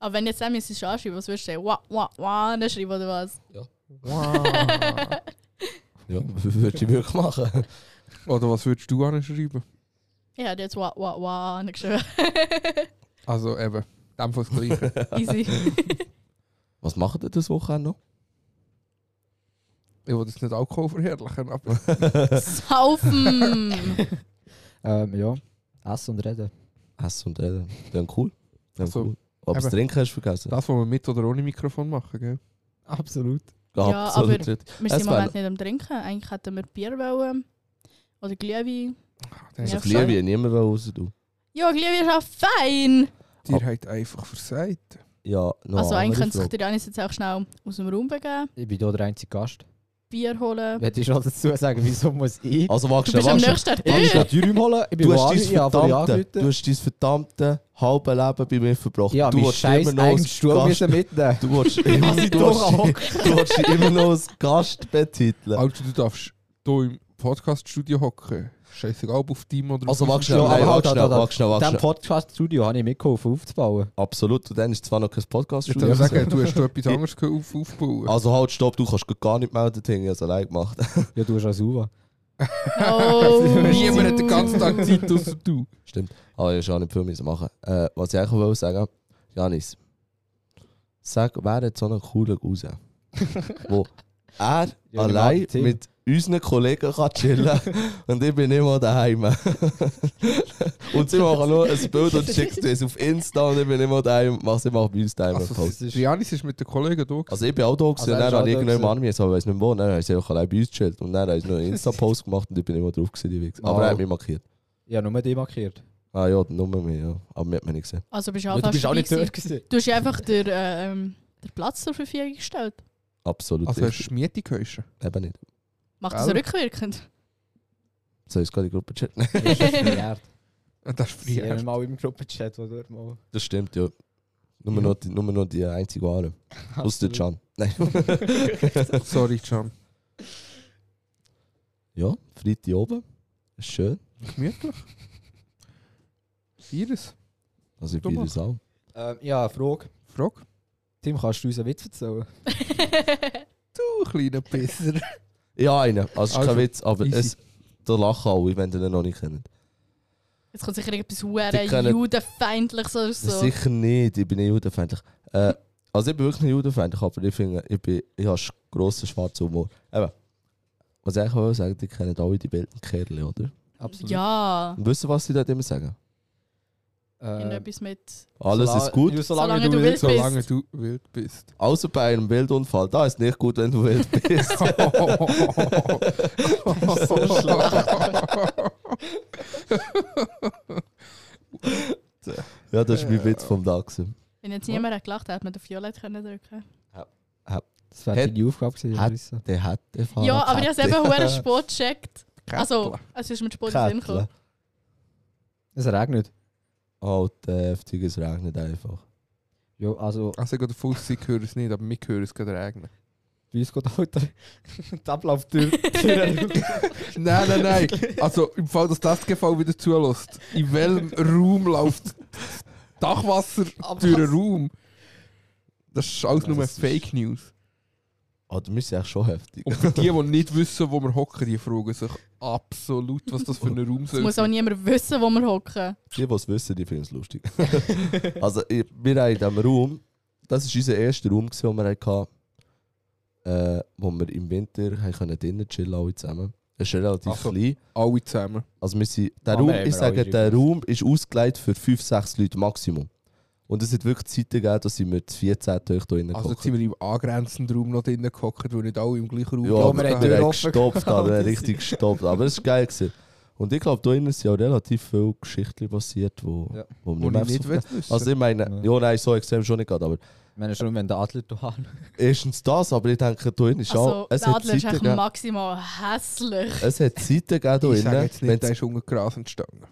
Aber wenn jetzt der müsstest du anschreiben, was würdest du sagen? Wow, wow, wow, dann schreiben oder was?
Wow.
Ja, würde ich wirklich machen.
Oder was würdest du anschreiben?
Ich hätte jetzt wow, wow, wow nicht geschrieben.
Also eben, in dem Fall das Gleiche.
Easy.
Was macht ihr das Wochenende noch?
Ich will das nicht Alkohol verherrlichen, aber
Saufen!
Ähm, ja. Essen und reden.
Essen und Reden. Dann cool. Dann
Also,
cool. Aber das
eben.
Trinken hast du vergessen.
das, was wir mit oder ohne Mikrofon machen, gell?
Absolut.
Ja,
Absolut
aber-
richtig.
Wir
Es
sind im Moment nicht am Trinken. Eigentlich hätten wir Bier wollen. Oder Glühwein.
Ah, Der
Ja,
Das
hat-
liebe ich niemand außer du.
Ja, Glühwein ist auch fein!
Dir hat einfach versagt.
Ja, noch
also
andere
eigentlich könnte sich
Frage.
der Janis jetzt auch schnell aus dem Raum begeben,
Ich bin hier der einzige Gast.
Bier holen.
Willst du schon dazu sagen, wieso muss ich...
Also
Du
wachst
bist am nächsten an der
Ich
Tür.
kann die Räume holen, ich bin
Du hast, dein
Wali, ich habe vorhin
verdammte,
angerufen.
du hast dein verdammte halbe Leben bei mir verbracht.
Ja,
du
mein
willst
scheiß
immer noch
eigenen
als
Stuhl
Gast-
müssen mitnehmen.
Du willst immer,
Ich
du willst, du willst dich immer noch als Gast betiteln.
Also du darfst hier im Podcast-Studio hocken. Scheißegal, ob auf Team oder
Also
auf
wachst
unserem
schnell,
Ja,
nein,
aber halt,
wachst schnell,
halt, halt.
wachst schnell,
In
wachst
diesem
schnell.
Podcast-Studio habe ich mitgeholfen aufzubauen.
Absolut, und dann ist zwar noch kein Podcast.
Ich würde sagen,
Also
du hast da etwas anderes auf, aufbauen.
halt, stopp, du kannst gar nicht melden, Also, Ding, ich habe es allein gemacht.
Ja, du hast auch sauber.
Oh.
Niemand hat den ganzen Tag Zeit, außer du.
Stimmt. Aber ich habe auch nicht viel müssen machen. Äh, was ich eigentlich wollte sagen, Janis, sag, wer hat so einen coolen Cousin, wo er
Ja, genau,
allein
Martin.
mit unseren Kollegen kann chillen und ich bin immer daheim. und sie machen nur ein Bild und schickt es auf Insta und ich bin immer daheim und mache sie immer bei uns daheim. einen
Also,
Post.
es ist- Janis ist mit den Kollegen da. gewesen.
Also ich bin auch da gewesen,
Also
und
er
dann
ist auch
habe ich
da
irgendjemand angemessen, aber ich weiß nicht wo, und dann habe ich sie einfach allein bei uns gechillt und dann habe ich noch einen Insta-Post gemacht und ich bin immer drauf gewesen, die Wichser. Aber
Wow.
er hat mich markiert.
Ich habe nur dich markiert.
Ah ja, die Nummer mehr, ja. Aber mir hat man nicht gesehen.
Also bist du auch fast dabei gewesen.
gewesen.
Du hast ja einfach den, äh, ähm, den Platz zur Verfügung gestellt.
Absolut
Also hast
richtig.
du Miete gehäuschen.
Eben nicht.
Macht das
Gell?
rückwirkend?
Soll ich gerade die Gruppe chatten?
Das ist verjährt.
Und Ah, das ist
Ich habe
frei.
mal im Gruppenchat, wo du mal...
Das stimmt, ja. Nur,
Ja.
Noch, die, nur noch die einzige Ware. Aus der Can. Nein.
Sorry, Can.
ja, Freitag oben. Ist schön.
Gemütlich. Iris,
Also ich
Du
bin
mach.
das auch.
Ähm, ja, eine Frage.
frag.
Tim, kannst du uns einen Witz erzählen?
Du Oh, kleiner Pisser.
Ja, einen. Also es ist kein
Also,
Witz, aber
easy.
es, da lachen alle, wenn ihr den noch nicht kennt.
Jetzt kommt sicher irgendwas
Die können-
huere judenfeindliches oder so.
Sicher nicht, ich bin nicht judenfeindlich. Äh, also ich bin wirklich nicht judenfeindlich, aber ich finde, ich, bin, ich habe sch- grossen schwarzen Humor. Eben. Was ich eigentlich wollte sagen, die kennen alle die wilden Kerle, oder?
Ja.
Und wissen, was sie dort immer sagen? Äh,
Ähm,
Irgendetwas mit.
Alles
solange-
ist gut.
Ja,
Solange du willst.
Solange du wild bist.
Außer bei einem Wildunfall. Da ist nicht gut, wenn du wild bist.
so
ja, das war mein Witz vom Tag. gewesen.
Wenn jetzt niemand hat gelacht hat, hätte man den Violett können drücken
Das wäre
Hat-
deine Aufgabe gewesen,
hat-
Larissa.
Der hat den Fall.
Ja, aber ich habe eben huere Sport gecheckt. Also,
Kättle.
es ist mit Sport in den Sinn
Kettle.
gekommen.
Es regnet.
Oh, der heftige, es regnet einfach.
Ja, also...
Also, ich gehe davon aus, sie hören es nicht, aber mich hören es gerade regnen.
Bei uns geht Alter. Die Ablaufdür. Türen-
Nein, nein, nein. Also im Fall, dass das GV wieder zulässt, in welchem Raum läuft das Dachwasser
Aber
durch
Also,
was-
den Raum? Das ist alles
Nein,
nur
das ist-
Fake News.
Oh, du bist ja schon heftig.
Und für die, die nicht wissen, wo wir hocken, die fragen sich absolut, was das für ein Raum
Es muss auch
soll.
niemand wissen, wo wir hocken.
Die, die es wissen, die finden es lustig. also, ich, wir haben in diesem Raum, das war unser erster Raum, gewesen, den wir hatten, äh, wo wir im Winter haben können drinnen chillen alle zusammen. Es ist relativ
Ach so.
klein.
Alle zusammen.
Also wir sind, der
Ah, wir
Raum,
haben
ich
wir
sage,
alle
der
drüben.
Raum ist ausgelegt für 5, 6 Leute Maximum. Und es hat wirklich Zeiten gegeben, dass sind wir zu 14 Töchter da drinnen
Also
gehockt.
jetzt sind wir im angrenzenden Raum noch drinnen gehockt, weil nicht alle im gleichen Raum
Ja,
Ja,
aber
wir
gehockt
wir
haben
haben
Tür offen
gestopft,
gehabt.
aber wir haben richtig gestopft. Aber es war geil. Gewesen. Und ich glaube, da drinnen sind ja relativ viele Geschichten passiert, wo,
Ja.
wo man
wo ich
nicht,
nicht
nicht
will wissen.
Also ich meine,
Ja.
ja. nein, so extrem schon nicht, gerade, aber
Ich meine schon, wenn der Adler da hat.
erstens das, aber ich denke, da drinnen ist
Also,
auch, es
der
hat
Adler ist
Zeiten
echt
gegeben,
maximal hässlich.
es hat Zeiten gegeben da
ich sage
drinnen,
jetzt
wenn
nicht, der ist unter Gras entstanden.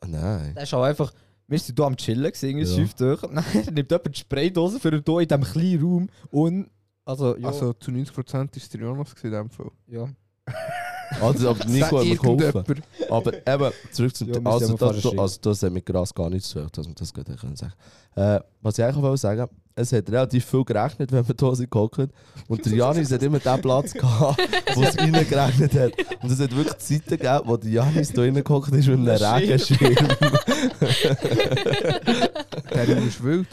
Ah, Nein.
Der ist auch einfach. Wir sind hier am Chillen, gewesen, irgendwie
Ja.
schief durch. Nein, dann nimmt jemand die Spraydose für ihn hier in diesem kleinen Raum. Und. Also, ja.
Also zu 90% war es Trionos in dem Fall.
ja.
Also, aber Nico hat mir geholfen.
Irgendjemand-
Aber eben, zurück zum
Ja,
Thema.
wir
Also,
sind ja
das,
fast
also, das hat mit Gras gar nichts zu tun, dass man das gerade können sagen äh, Was ich eigentlich wollte sagen, es hat relativ viel gerechnet, wenn wir hier sind gehockt. Und der Janis hat immer den Platz gehabt, wo es reingerechnet hat. Und es hat wirklich Zeiten gegeben, wo der Janis hier drinnen gehockt ist mit einem
Schirm.
Regenschirm.
Der Raum ist wild.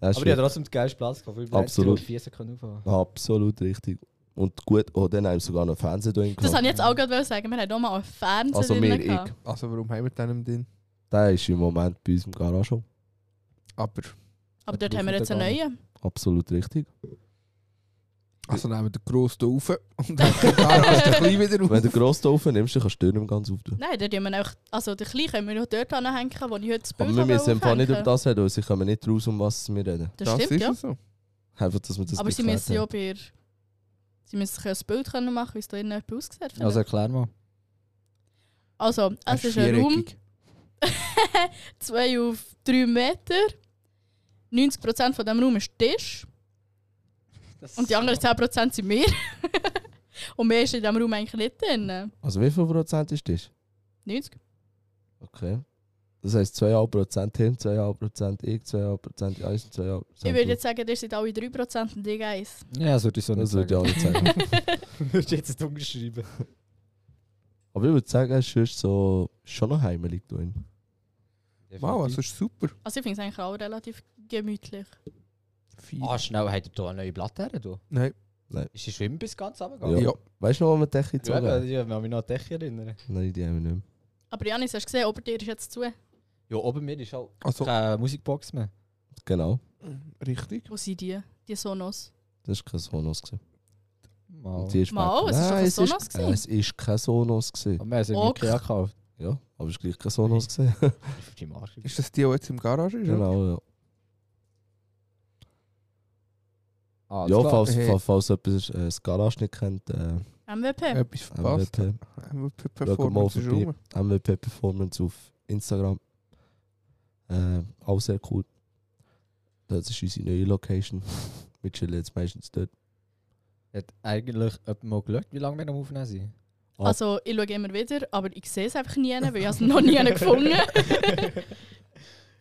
Das ist
Aber ich hatte trotzdem den geilsten Platz gehabt. weil wir
Absolut.
hätten vier Sekunden aufhören.
absolut richtig. Und gut, oh, dann haben wir sogar noch Fernsehen drin
Das
gehabt.
wollte ich jetzt auch gerade sagen. Wir haben auch mal einen Fernseher
Also,
drinnen
mir, ich.
gehabt.
Also warum haben wir den denn?
Der ist im Moment bei uns im Garage.
Aber,
Aber dort haben wir jetzt einen neuen.
Absolut richtig.
also nehmen wir den grossen da rauf und dann den Garage den kleinen wieder rauf.
Wenn du gross da aufnimmst, dann kannst du den nicht mehr ganz auftun.
Nein, dort haben wir auch, also den kleinen können wir noch dort anhängen, wo ich heute das Bild
Aber wir müssen einfach nicht über
das.
das reden, weil sie kommen nicht raus, um was wir reden.
Das stimmt,
ist
ja.
es so.
Einfach, dass wir das
Aber sie
geklärt
müssen ja
haben.
bei... Sie müssen sich ein Bild können machen, wie es da innen jemand aussieht. findet.
Also, erklär mal.
also
Er
es ist ein Raum,
viereckig.
2 auf 3 Meter. 90% von diesem Raum ist Tisch und die anderen 10% sind wir. und mehr ist in diesem Raum eigentlich nicht drin.
Also wie viel Prozent ist das?
90?
Okay. Das heisst 2,5 Prozent Hirn, 2,5 Prozent ich, 2,5 Prozent Eis und 2,5 Prozent
Ich würde jetzt sagen, ihr seid alle 3% und ich 1.
Ja, das würde ich so
du.
nicht
Das würde ich auch nicht sagen.
sagen. Würdest du jetzt nicht umschreiben.
Aber ich würde sagen, es ist so schon noch heimelig drin.
Wow, das ist super.
Also ich finde es eigentlich auch relativ gemütlich.
Vier.
Ah, schnell, hat er hier eine neue Blatt her? du?
Nein.
Ist die Schwimm bis ganz
Ja.
runtergegangen?
Ja.
Weißt du noch, wo wir die Decke
Ah, Ja,
gezogen
ja,
haben?
ich kann mich noch an die Decke erinnern.
Nein, die haben wir nicht mehr.
Aber Janis, hast du gesehen, ober dir ist jetzt zu.
Ja, oben mir ist auch
Also,
keine Musikbox mehr.
Genau.
richtig.
Wo sind die? Die Sonos.
Das war kein Sonos. gewesen.
Mal.
Und die ist
Mal,
weg.
es ist doch
Nein,
ein
es
Sonos
Ist, äh, es ist kein Sonos. Gewesen.
Und wir haben sie im
Och.
Ikea gekauft.
Ja, aber es war gleich kein Sonos. Gewesen.
Auf die Marke.
Ist das die, die jetzt im Garage ist? oder?
genau, ja.
Ah,
Ja,
das
falls,
Hey.
falls, falls jemand äh, das Garage nicht kennt, äh,
MVP.
Etwas verpasst.
MVP.
MVP
mal
Performance ist
vorbei.
rum.
MVP Performance auf Instagram. Äh, auch sehr cool. Das ist unsere neue Location. Wir chillen jetzt meistens dort.
Hat eigentlich jemand mal geschaut, wie lange wir noch aufnehmen sind?
Ah.
Also ich schaue immer wieder, aber ich sehe es einfach nie, weil ich es noch nie gefunden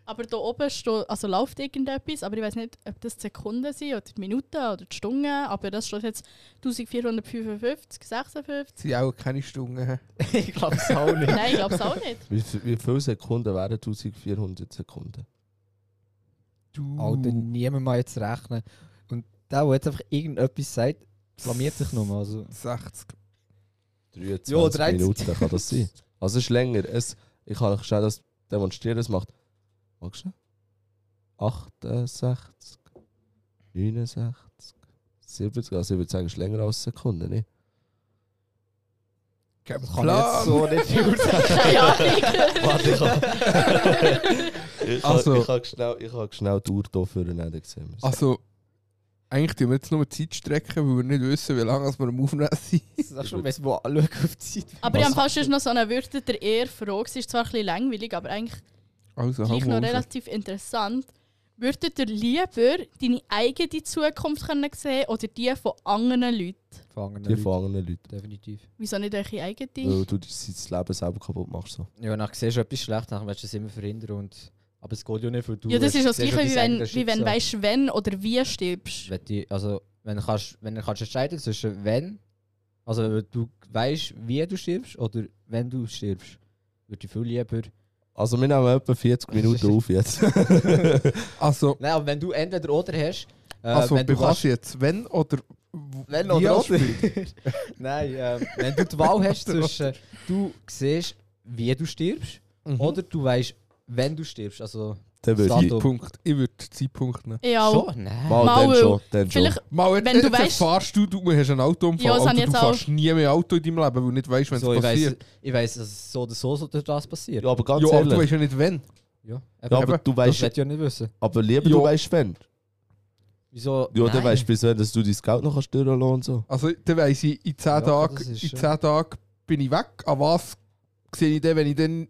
Aber da oben steht, also läuft irgendetwas, aber ich weiß nicht, ob das die Sekunden sind oder die Minuten oder die Stunden. Aber das steht jetzt 1455, 56.
Es sind auch keine Stunden.
ich glaube es auch nicht.
Nein, ich glaube es auch nicht.
Wie, viel- wie viele Sekunden wären 1400 Sekunden?
Du.
Alter, niemand mal jetzt rechnen. Und der, der jetzt einfach irgendetwas sagt, blamiert sich nochmal. Also.
60.
23
Ja, 13.
Minuten kann das sein. Also es ist länger. Es, ich kann euch schnell das demonstrieren. Es macht. Magst du? 68, 69, 70. Also ich würde sagen, es ist länger als Sekunden, nicht?
Kein
Das kann ich jetzt so nicht viel sagen.
Keine Ahnung.
Warte, ich kann. ich kann,
Also-
ich kann schnell, ich kann schnell die Uhr hier vorne nehmen, dann sehen wir's.
Also, eigentlich tun wir jetzt nur die Zeit strecken, weil wir nicht wissen, wie lange wir am Aufnehmen sind.
Das ist schon, wenn es mal anschauen auf die Zeit.
Aber ich habe fast schon noch so eine Würde der Ehr froh. Es ist zwar ein bisschen langweilig, aber eigentlich
Also,
gleich
haben
noch
wir.
relativ interessant. Würdet ihr lieber deine eigene Zukunft können sehen oder die von anderen Leuten?
Fangen
Die von anderen Leuten.
Definitiv.
Wieso nicht eure eigene?
Weil du das Leben selber kaputt machst. So.
Ja, nach siehst du etwas schlecht, dann willst du es immer verhindern. Und, aber es geht ja nicht, weil du.
ja, das
hast-
ist das
siehst
Gleiche,
ja
wie
dein
wenn,
eigenes
wie wenn
Schicksal.
weißt, wenn oder wie stirbst.
Wenn du, also, wenn du kannst, wenn du kannst entscheiden zwischen wenn, also wenn du weißt, wie du stirbst oder wenn du stirbst, würde ich viel lieber.
Also wir nehmen etwa 40 Minuten auf jetzt.
Also,
Nein, aber wenn du entweder oder hast, äh,
also
wenn
bei
du
was jetzt? Wenn oder w-
Wenn
wie
oder
als-
oder? Nein, ähm, wenn du die Wahl hast zwischen du siehst, wie du stirbst
Mhm.
oder du weißt, wenn du stirbst, also
dann würde ich.
Datum.
Punkt. Ich würde den Zeitpunkt nehmen.
Ja,
schon, nein.
Mal,
Mal,
dann
weil
schon. Dann schon.
vielleicht
Mal, jetzt,
Wenn du
jetzt
weißt-
erfährst du, du hast einen Autounfall,
Ja, das
Alter,
habe ich
du
jetzt auch.
fährst nie mehr Auto in deinem Leben, weil du nicht weißt, wenn es
so, ich weiß,
passiert.
ich weiß, dass es so oder so so durch das passiert.
Ja, aber ganz
ja, aber du
ehrlich.
weißt ja nicht, wenn.
Ja,
Ja,
aber
aber
Eben.
du
das
weißt,
wird ja nicht wissen.
aber lieber
Ja.
du weißt, wenn.
Wieso?
Ja, dann
Nein.
weißt du bis wenn, dass du dein Geld noch kannst durchlassen und so.
Also, dann weiss ich, in 10
Ja,
Tagen
das
in
ist
10
schon-
Tagen bin ich weg. An was sehe ich denn, wenn ich dann.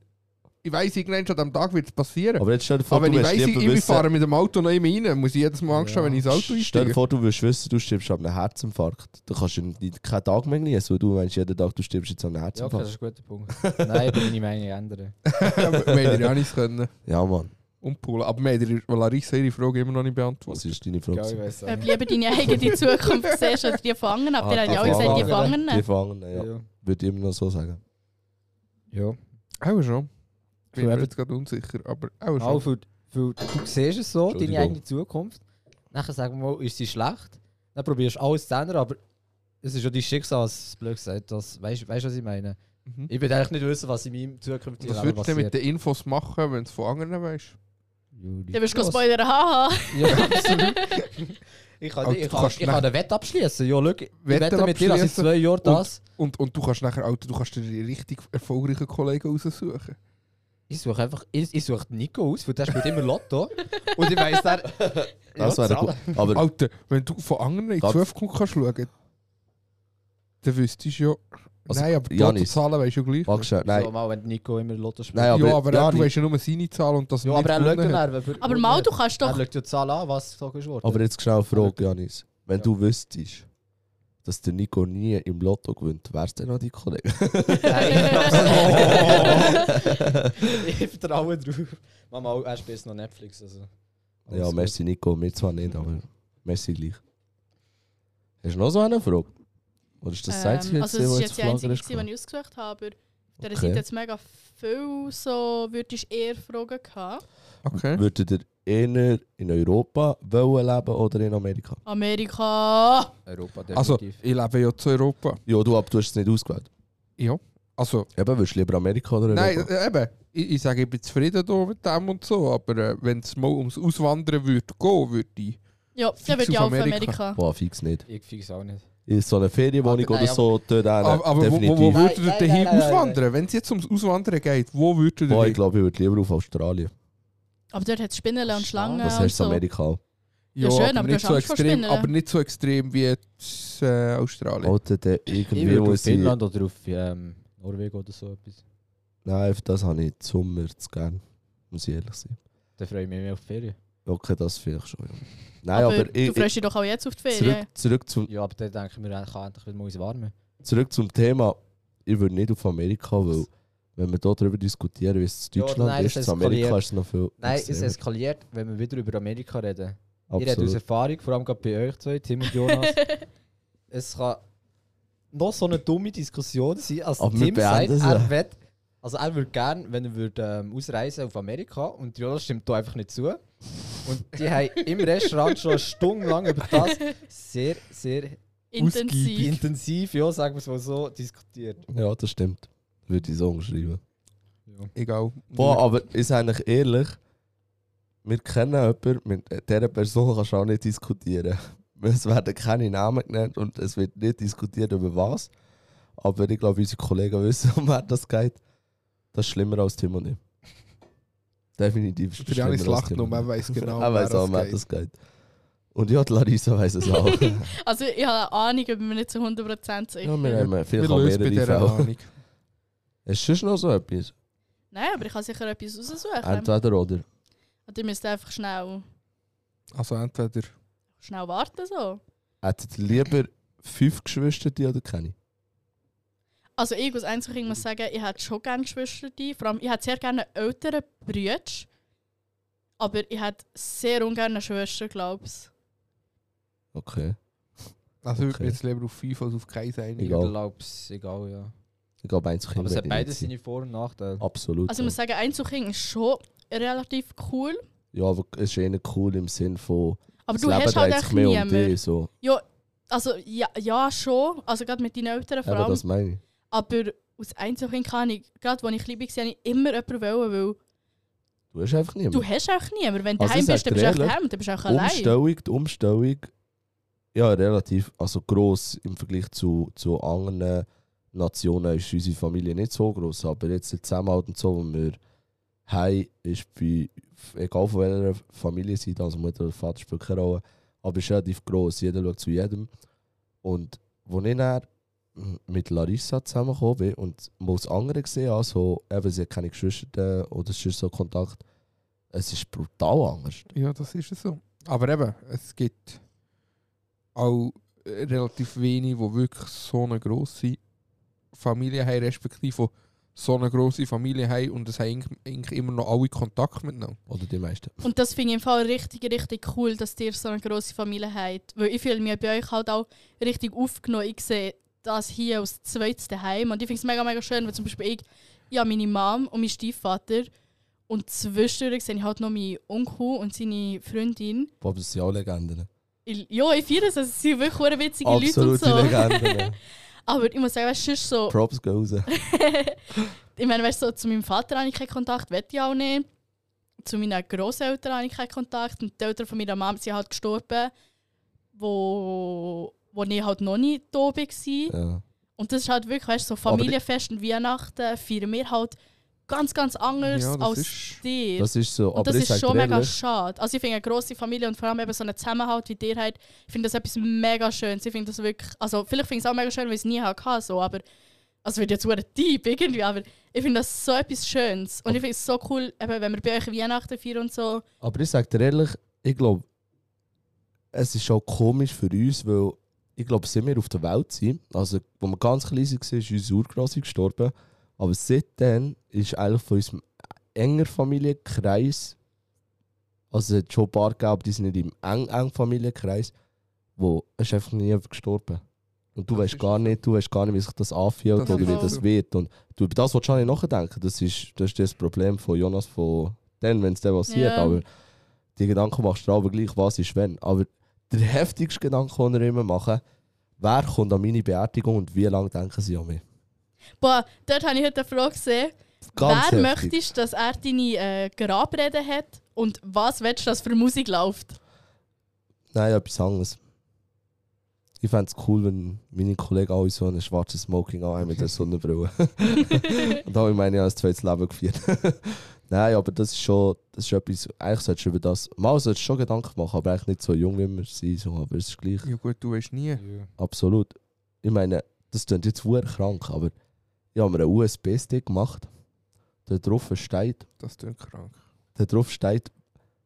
Ich weiss, irgendwann schon an diesem Tag wird es passieren. Aber,
Aber jetzt stell dir vor,
wenn
du
ich
wirst
weiss, ich,
lieber
ich
wissen.
fahre mit dem Auto noch immer rein, muss ich jedes Mal Angst
Ja.
haben, wenn ich ins Auto
Stell dir
einsteige.
vor, du wirst wissen, du stirbst an einem Herzinfarkt. Du kannst ihn nicht- keinen Tag mehr genießen, weil du meinst, jeden Tag du stirbst jetzt an einem
Ja, okay, das
Herzinfarkt.
ist ein guter Punkt. Nein, ich bin meine Meinung ändern.
Wir hätten ja auch nichts können.
Ja, Mann.
Umpoolen. Aber wir haben ihre- Larissa ihre Frage immer noch nicht
Was
beantwortet.
ist deine
Ja, ich
Frage?
weiß
ob du lieber deine eigene Zukunft siehst oder die von anderen. Aber
Ah,
dann habe
die
ich auch gesagt, die
von
von anderen.
Die Gefangenen, ja.
Ja.
Würde ich immer noch so sagen.
ja.
Auch schon. Bin
So
mir
eben-
jetzt gerade unsicher, aber auch
Auch
schon.
für, für, du siehst es so, deine
Entschuldigung.
eigene Zukunft. Nachher sagen wir mal, ist sie schlecht. Dann probierst du alles zu ändern, aber es ist ja dein Schicksal, als es blöd gesagt. Das, weißt du, was ich meine?
Mhm.
Ich will eigentlich nicht wissen, was in meinem zukünftigen
Was
Leben
würdest du denn mit
passiert.
den Infos machen, wenn du es von anderen weißt?
Dann wirst du Spoiler haben.
Ja, Oh, absolut. ich kann,
Alter,
ich
du
kann,
kannst
ich kann
nach-
eine Wette abschließen. Ja, schau, ich
Wette
wette mit dir, dass in
abschliessen
zwei Jahren das...
Und, und du kannst nachher Auto, du kannst dir die richtig erfolgreichen Kollegen raussuchen.
Ich suche einfach... Ich, ich suche Nico aus, weil der spielt immer Lotto. Und ich weiss, der...
Das
Ja,
wäre
zahlen.
gut. Aber
Alter, wenn du von anderen in die
Gott.
Zukunft kannst schauen, dann wüsstest du ja.
Also,
nein, aber die
Janis.
Zahlen weißt du ja gleich.
magst du
So,
Nein.
mal, wenn Nico immer Lotto spielt.
Nein, aber,
ja, aber er- du
Jani,
weißt ja nur seine Zahl und das
ja, aber er schaut
gewonnen hat.
dann... wenn-
Aber mal, du kannst
Er
doch.
schaut ja die Zahl an, was so geworden
aber jetzt schnell eine Frage,
Ja.
Janis. Wenn
Ja.
du wüsstest, dass der Nico nie im Lotto gewinnt, wärst du dann noch dein Kollege?
ich vertraue drauf. Mama, er spielt noch Netflix. dus, eh. Also.
ja, merci Nico. Wir zwar nicht, aber merci gleich. Hast du noch so eine Frage? Oder ist das das
Ähm, also, es
was jetzt
ist jetzt die einzige,
geflaggert
gewesen,
ist?
die ich ausgesucht habe. Aber auf dieser
Okay.
Seite jetzt mega viel so würdest du eher Fragen gehabt.
Okay.
Würdet ihr eher in Europa wollen leben oder in Amerika?
Amerika!
Europa
Also,
definitiv.
ich lebe ja zu Europa.
Ja, du, aber du hast es nicht ausgewählt.
Ja. Also,
Eben, würdest du lieber Amerika oder Europa?
nein, äh, eben. Ich, ich sage, ich bin zufrieden hier mit dem und so, aber äh, wenn es mal ums Auswandern würde gehen, würde ich.
Ja,
Fix
dann würde ich
auf
auch auf
Amerika.
Amerika.
Boah, fix nicht.
ich fix auch nicht.
In so einer Ferienwohnung
Aber-
oder so, dort
aber
aber,
aber wo,
definitiv.
wo, dus wo
Nein,
würdet ihr
nein,
denn
nein,
hier
nein, nein,
auswandern? Wenn es jetzt ums Auswandern geht, wo dus würdet ihr
Boah, ich
hin?
glaube, ich würde lieber auf Australien.
Aber dort hat es Spinnen und Schlangen.
Das
und
heißt
so.
Amerika. auch.
Ja, schön, aber du
nicht
hast
so
Angst vor
extrem,
Spinnen.
aber nicht so extrem wie jetzt, äh, Australien.
Alter, der
Ich
irgendwie
würde auf
muss ich...
Finnland oder auf ähm, Norwegen oder so etwas.
Nein, auf das habe ich zum Sommer zu gern. Muss ich ehrlich sein.
Da freue ich mich mehr auf die Ferien.
Okay, das vielleicht schon. Ja. Nein, aber, ich,
du freust dich doch auch jetzt auf die
ich,
Ferien.
zurück, zurück, zum,
Ja, aber da denke ich mir, ich kann endlich wieder mal ins Warme.
zurück zum Thema. Ich würde nicht auf Amerika, weil wenn wir hier darüber diskutieren, wie es in
Ja,
Deutschland
nein,
ist,
das
in Amerika
eskaliert.
ist es noch viel
Nein, es
extremer.
eskaliert, wenn wir wieder über Amerika reden. Ich rede aus
Absolut.
Erfahrung, vor allem gerade bei euch zwei, Tim und Jonas. es kann noch so eine dumme Diskussion sein, als
Aber wir
Tim sagt,
beenden sie.
er will, also er würde gerne, wenn er würde, ähm, ausreisen auf Amerika und Jonas stimmt da einfach nicht zu. Und die haben im Restaurant schon stundenlang über das sehr, sehr
Intensiv.
intensiv, ja, sagen wir es mal so, diskutiert.
Ja, das stimmt. Würde ich so umschreiben.
Egal.
Boah, aber ist eigentlich ehrlich, wir kennen jemanden, mit dieser Person kannst du auch nicht diskutieren. Es werden keine Namen genannt und es wird nicht diskutiert, über was. Aber ich glaube, unsere Kollegen wissen, um wer das geht. Das ist schlimmer als Tim und ich. Definitiv ist
Der
das
Janis
schlimmer als
lacht
Tim
noch,
und
er
ich.
weiß genau,
Er weiß auch, um wer das geht. Und ja, die Larissa weiß es auch. ja,
Also, ich habe eine Ahnung, aber ich bin mir nicht zu 100% sicher.
wir haben
Wir
vielleicht auch
lösen
mehrere
bei dieser
Fälle.
Ahnung.
Es ist noch so etwas. Äh,
Nein, aber ich kann sicher etwas raussuchen.
Entweder oder.
Und ihr müsst einfach schnell
Also entweder
Schnell warten so.
Hättet ihr lieber fünf Geschwister die oder keine?
Also ich als Einzelkind muss sagen, ich hätte schon gerne Geschwister. Vor allem, ich hätte sehr gerne einen älteren Bruder. Aber ich hätte sehr ungern eine Schwester, glaube ich.
Okay.
Also ich würde
Okay.
mich jetzt lieber auf fünf als auf keins einigen.
Egal.
Ich glaub's, egal, ja.
Ich glaube, eins Kind
Aber es
werde
hat
ich
beides
nicht sein.
seine Vor- und Nachteile.
Absolut.
Also
ja.
ich muss sagen, Einzelkind ist schon relativ cool.
ja, aber es ist eher cool im Sinn von,
Aber
das
du
Leben
hast halt
dreht
echt
sich mehr um
niemanden.
dich. So.
Also ja, ja schon, also gerade mit deinen Eltern vor
Eben,
allem.
das meine ich.
Aber aus Einzelkind kann ich, gerade als ich klein war, habe ich immer jemanden wollen, weil
Du hast einfach niemanden.
du hast auch niemanden. Wenn du
Also
heim
ich
bist,
sag
dann
dir
bist du auch
ehrlich,
daheim, dann bist du auch allein.
Umstellung, die Umstellung, ja, relativ, also gross im Vergleich zu, zu anderen Nationen ist unsere Familie nicht so gross, aber jetzt der Zusammenhalt und so, wenn wir heim ist bei, egal von welcher Familie sind, also Mutter oder Vater spielt keine Rolle, aber ist relativ gross, jeder schaut zu jedem. Und als ich dann mit Larissa zusammengekommen bin und mal das andere gesehen habe, so, eben, sie hat keine Geschwister oder es ist so Kontakt, es ist brutal anders.
Ja, das ist es so. Aber eben, es gibt auch äh, relativ wenige, die wirklich so eine grosse Familie haben, respektive die so eine grosse Familie haben und es haben eigentlich- eigentlich immer noch alle Kontakt miteinander.
Oder die meisten.
Und das finde ich im Fall richtig, richtig cool, dass ihr so eine grosse Familie habt. Weil ich fühle mich bei euch halt auch richtig aufgenommen. Ich sehe das hier als zweites Heim. Und ich finde es mega, mega schön, weil zum Beispiel ich, ja, meine Mom und mein Stiefvater und zwischendurch sehe ich halt noch meinen Onkel und seine Freundin.
Bob, das sind auch Legenden.
Ich, ja, ich feiere es, also es sind wirklich verdammt witzige
Absolute
Leute und so.
Legenden.
Aber ich muss sagen, weißt du, sonst so,
Props gehen raus.
ich meine, weißt du, so, zu meinem Vater habe ich keinen Kontakt, will ich auch nicht. Zu meinen Großeltern habe ich keinen Kontakt. Und die Eltern von meiner Mama sind halt gestorben, wo, wo ich halt noch nicht da war.
Ja.
Und das ist halt wirklich, weißt du, so
Aber die-
Familienfest und Weihnachten feiern wir halt ganz, ganz anders
Ja, das
als
ist-
dir.
Das ist halt so.
und
Aber
das
ich
ist
sag
schon
dir
mega
ehrlich,
schade. Also ich finde eine grosse Familie und vor allem eben so einen Zusammenhalt wie dir halt, ich finde das etwas mega Schönes. Ich finde das wirklich, also vielleicht finde ich es auch mega schön, weil ich es nie hatte, so, aber also wird jetzt ein Typ irgendwie, aber ich finde das so etwas Schönes. Und ich finde es so cool, eben, wenn wir bei euch Weihnachten feiern und so.
aber ich sag dir ehrlich, ich glaube, es ist auch komisch für uns, weil ich glaube, seit wir auf der Welt sind, also wo wir ganz klein waren, ist unser Urgrosse gestorben. Aber seitdem ist eigentlich von unserem enger Familienkreis, also es hat schon ein paar gegeben, die sind nicht im eng, eng Familienkreis, wo es ist einfach nie jemand gestorben. Und du
Das
weißt
ist
gar nicht, du weißt gar nicht, wie sich das anfühlt
Das
oder
ist
wie
so.
das wird. Und du, über das willst du auch nicht nachdenken. Das ist, das ist das Problem von Jonas von dann, wenn es dann passiert.
Ja.
Aber die Gedanken machst du dir aber gleich, was ist wenn. Aber der heftigste Gedanke, den wir immer machen, wer kommt an meine Beerdigung und wie lange denken sie an mich?
Boah, dort habe ich heute eine Frage gesehen.
Ganz
Wer
heftig.
möchtest, dass er deine äh, Grabrede hat und was willst du, dass für Musik läuft?
Nein, etwas anderes. Ich fände es cool, wenn meine Kollegen alle so ein schwarzes Smoking anhaben mit der Sonnenbrille. und da habe ich meine, ich habe ein zweites Leben geführt. Nein, aber das ist schon das ist etwas, eigentlich solltest du über das, mal solltest du schon Gedanken machen, aber eigentlich nicht so jung, wie wir sind, so, aber es ist gleich.
Ja gut, du weißt nie.
Absolut. Ich meine, das klingt jetzt sehr krank, aber ich habe mir einen USB-Stick gemacht. Da drauf steht,
Das klingt krank.
da drauf steht,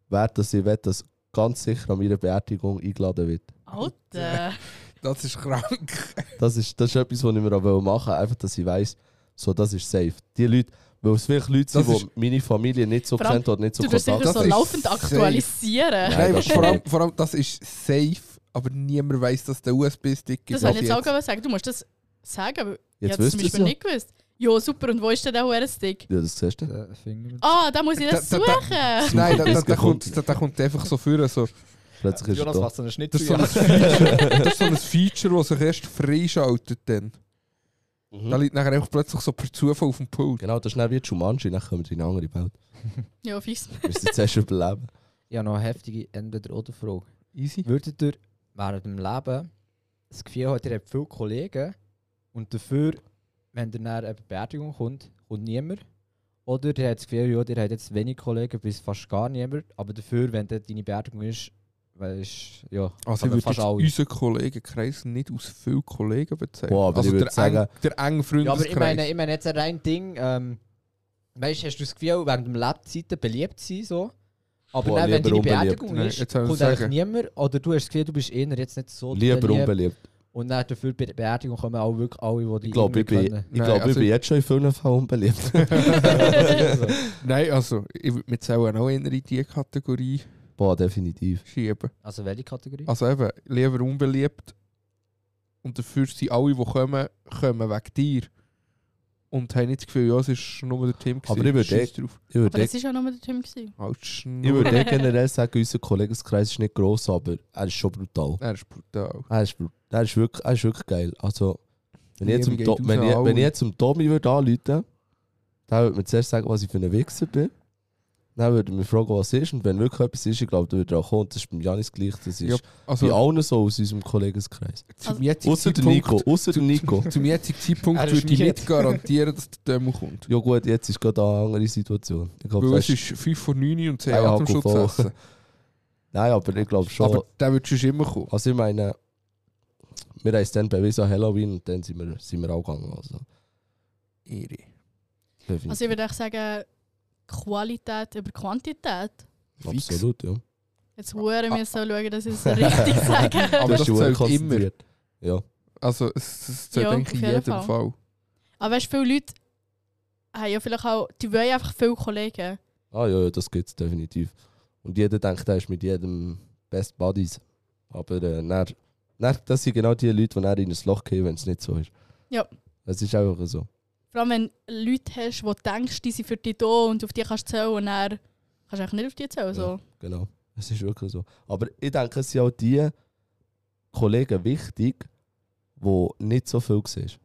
wer das ich will, dass ganz sicher an meiner Beerdigung eingeladen wird.
Alter.
Das ist krank.
Das ist, das ist etwas, was ich mir auch machen wollte, einfach, dass ich weiss, so, das ist safe. Die Leute, weil es vielleicht Leute
Das
sind, die meine Familie nicht so
Vor allem,
kennt oder nicht so
Du wirst sicher
Kontakt
Das
so
ist
laufend
safe.
aktualisieren.
Nein,
Nein,
das
vor, allem,
nicht.
vor allem, das ist safe, aber niemand weiß, dass der USB-Stick gibt.
Das wollte ich jetzt auch gerade sagen. Du musst das sagen, weil ich
Jetzt
habe das
wüsst
zum
ihr es
Beispiel
ja.
nicht gewusst. Jo, super, und wo ist denn der Hurenstick?
Ja, das siehst du.
Der Äh, Finger.
Ah, da muss ich das
Da- da- da-
suchen.
Nein, da, da, da,
Super
kommt, da, da kommt einfach so vor. So.
Plötzlich ist er
Jonas
da.
macht so einen Schnitt
Das ist so ein Feature, das ist so ein Feature, das sich erst freischaltet dann. Da
Mhm.
liegt nachher einfach plötzlich so per Zufall auf dem Pult.
Genau, das ist dann wie Jumanji, dann kommen wir in eine andere Welt.
Ja, fix.
Wir müssen zuerst überleben.
Ja, noch eine heftige Entweder-oder-Frage.
Easy.
Würdet ihr während dem Leben das Gefühl haben, ihr habt viele Kollegen und dafür, wenn ihr nach einer Beerdigung kommt, kommt niemand? Oder ihr habt das Gefühl, ja, ihr habt jetzt wenig Kollegen bis fast gar niemand, aber dafür, wenn dort deine Beerdigung ist, weisst du, ja,
Also
kommen
ich würde
fast
jetzt
alle.
unseren Kollegenkreis nicht aus vielen Kollegen bezeichnen.
Boah, aber
also
ich würd
der,
sagen-
eng, der enge
Ja, aber
Freundeskreis.
ich meine, ich meine jetzt rein Ding, ähm, weißt, hast du das Gefühl, während dem Lebzeiten beliebt zu sein so? Aber
Boah,
dann,
lieber
wenn deine
unbeliebt.
Beerdigung
Nein,
ist,
jetzt soll ich
kommt
sagen.
eigentlich niemand, oder du hast das Gefühl, du bist eher jetzt nicht so
Lieber
beliebt.
unbeliebt.
Und dann dafür bei der Beerdigung kommen auch wirklich alle, die dich
Ich glaube, ich bin,
irgendwie
ich
kennen.
Nein,
glaub, ich
also-
bin jetzt schon in vielen Fällen unbeliebt.
Also,
Nein, also, ich würde mich selber auch eher in diese Kategorie
Boah, definitiv.
schieben.
also welche Kategorie?
Also eben, lieber unbeliebt. Und dafür sind alle, die kommen, kommen wegen dir. Und haben nicht das Gefühl, ja, es ist nur der Tim
Aber ich würd
Scheiss drauf.
Ich würde
Aber das war ja nur der Tim. gewesen.
Halt
Ich
Schnur.
würde eh generell sagen, unser Kollegenkreis ist nicht gross, aber er ist schon brutal.
Er ist brutal.
Er ist, bru- er ist, wirklich, er ist wirklich geil. Also, wenn ich jetzt, zum
Liebe geht
To-
raus
wenn
an
ich,
alle.
wenn ich jetzt zum Tommy würde anrufen würde, dann würde mir zuerst sagen, was ich für ein Wichser bin. Dann würde ich mich fragen, was ist. Und wenn wirklich etwas ist, ich glaube, dann würde er auch kommen. Das ist beim Janis gleich. Das ist
Ja,
bei
Also,
allen so aus unserem Kollegenkreis.
zum
Also-
jetzigen
Außer der
Zeitpunkt...
Nico. Außer der Nico.
Zum jetzigen
Er
Zeitpunkt
ist
würde ich
miert.
nicht garantieren, dass der Demo kommt.
ja, gut, jetzt ist gerade eine andere Situation. Ich glaube,
Weil
das
es
ist,
ist 5 vor 9 und 10
Ja, ja, gut,
Atemschutzessen.
nein, aber ich glaube schon.
Aber der wird schon immer kommen.
Also ich meine, wir haben es dann bewiesen an Halloween und dann sind wir, sind wir auch gegangen. Also,
Ehre.
definitiv.
Also ich würde echt sagen, Qualität über Quantität.
fix.
Absolut, ja.
Jetzt hören wir so schauen, dass ich es richtig sage.
Aber das
ist sehr
zählt immer.
konzentriert. Ja.
Also es, es zählt
Ja,
eigentlich
auf
in
jeden
jedem Fall.
Fall. Aber weißt du, viele Leute haben ja vielleicht auch, die wollen einfach viele Kollegen.
Ah ja, ja, das gibt es definitiv. Und jeder denkt, er ist mit jedem Best Buddies. Aber äh, dann, dann, das sind genau die Leute, die dann in ein Loch gehen, wenn es nicht so ist.
Ja.
Es ist einfach so.
Vor allem, wenn du Leute hast, wo du denkst, die sind für dich da und auf die kannst du zählen und dann kannst du eigentlich nicht auf die zählen. So.
Genau. Es ist wirklich so. Aber ich denke, es sind auch die Kollegen wichtig, die nicht so viel siehst.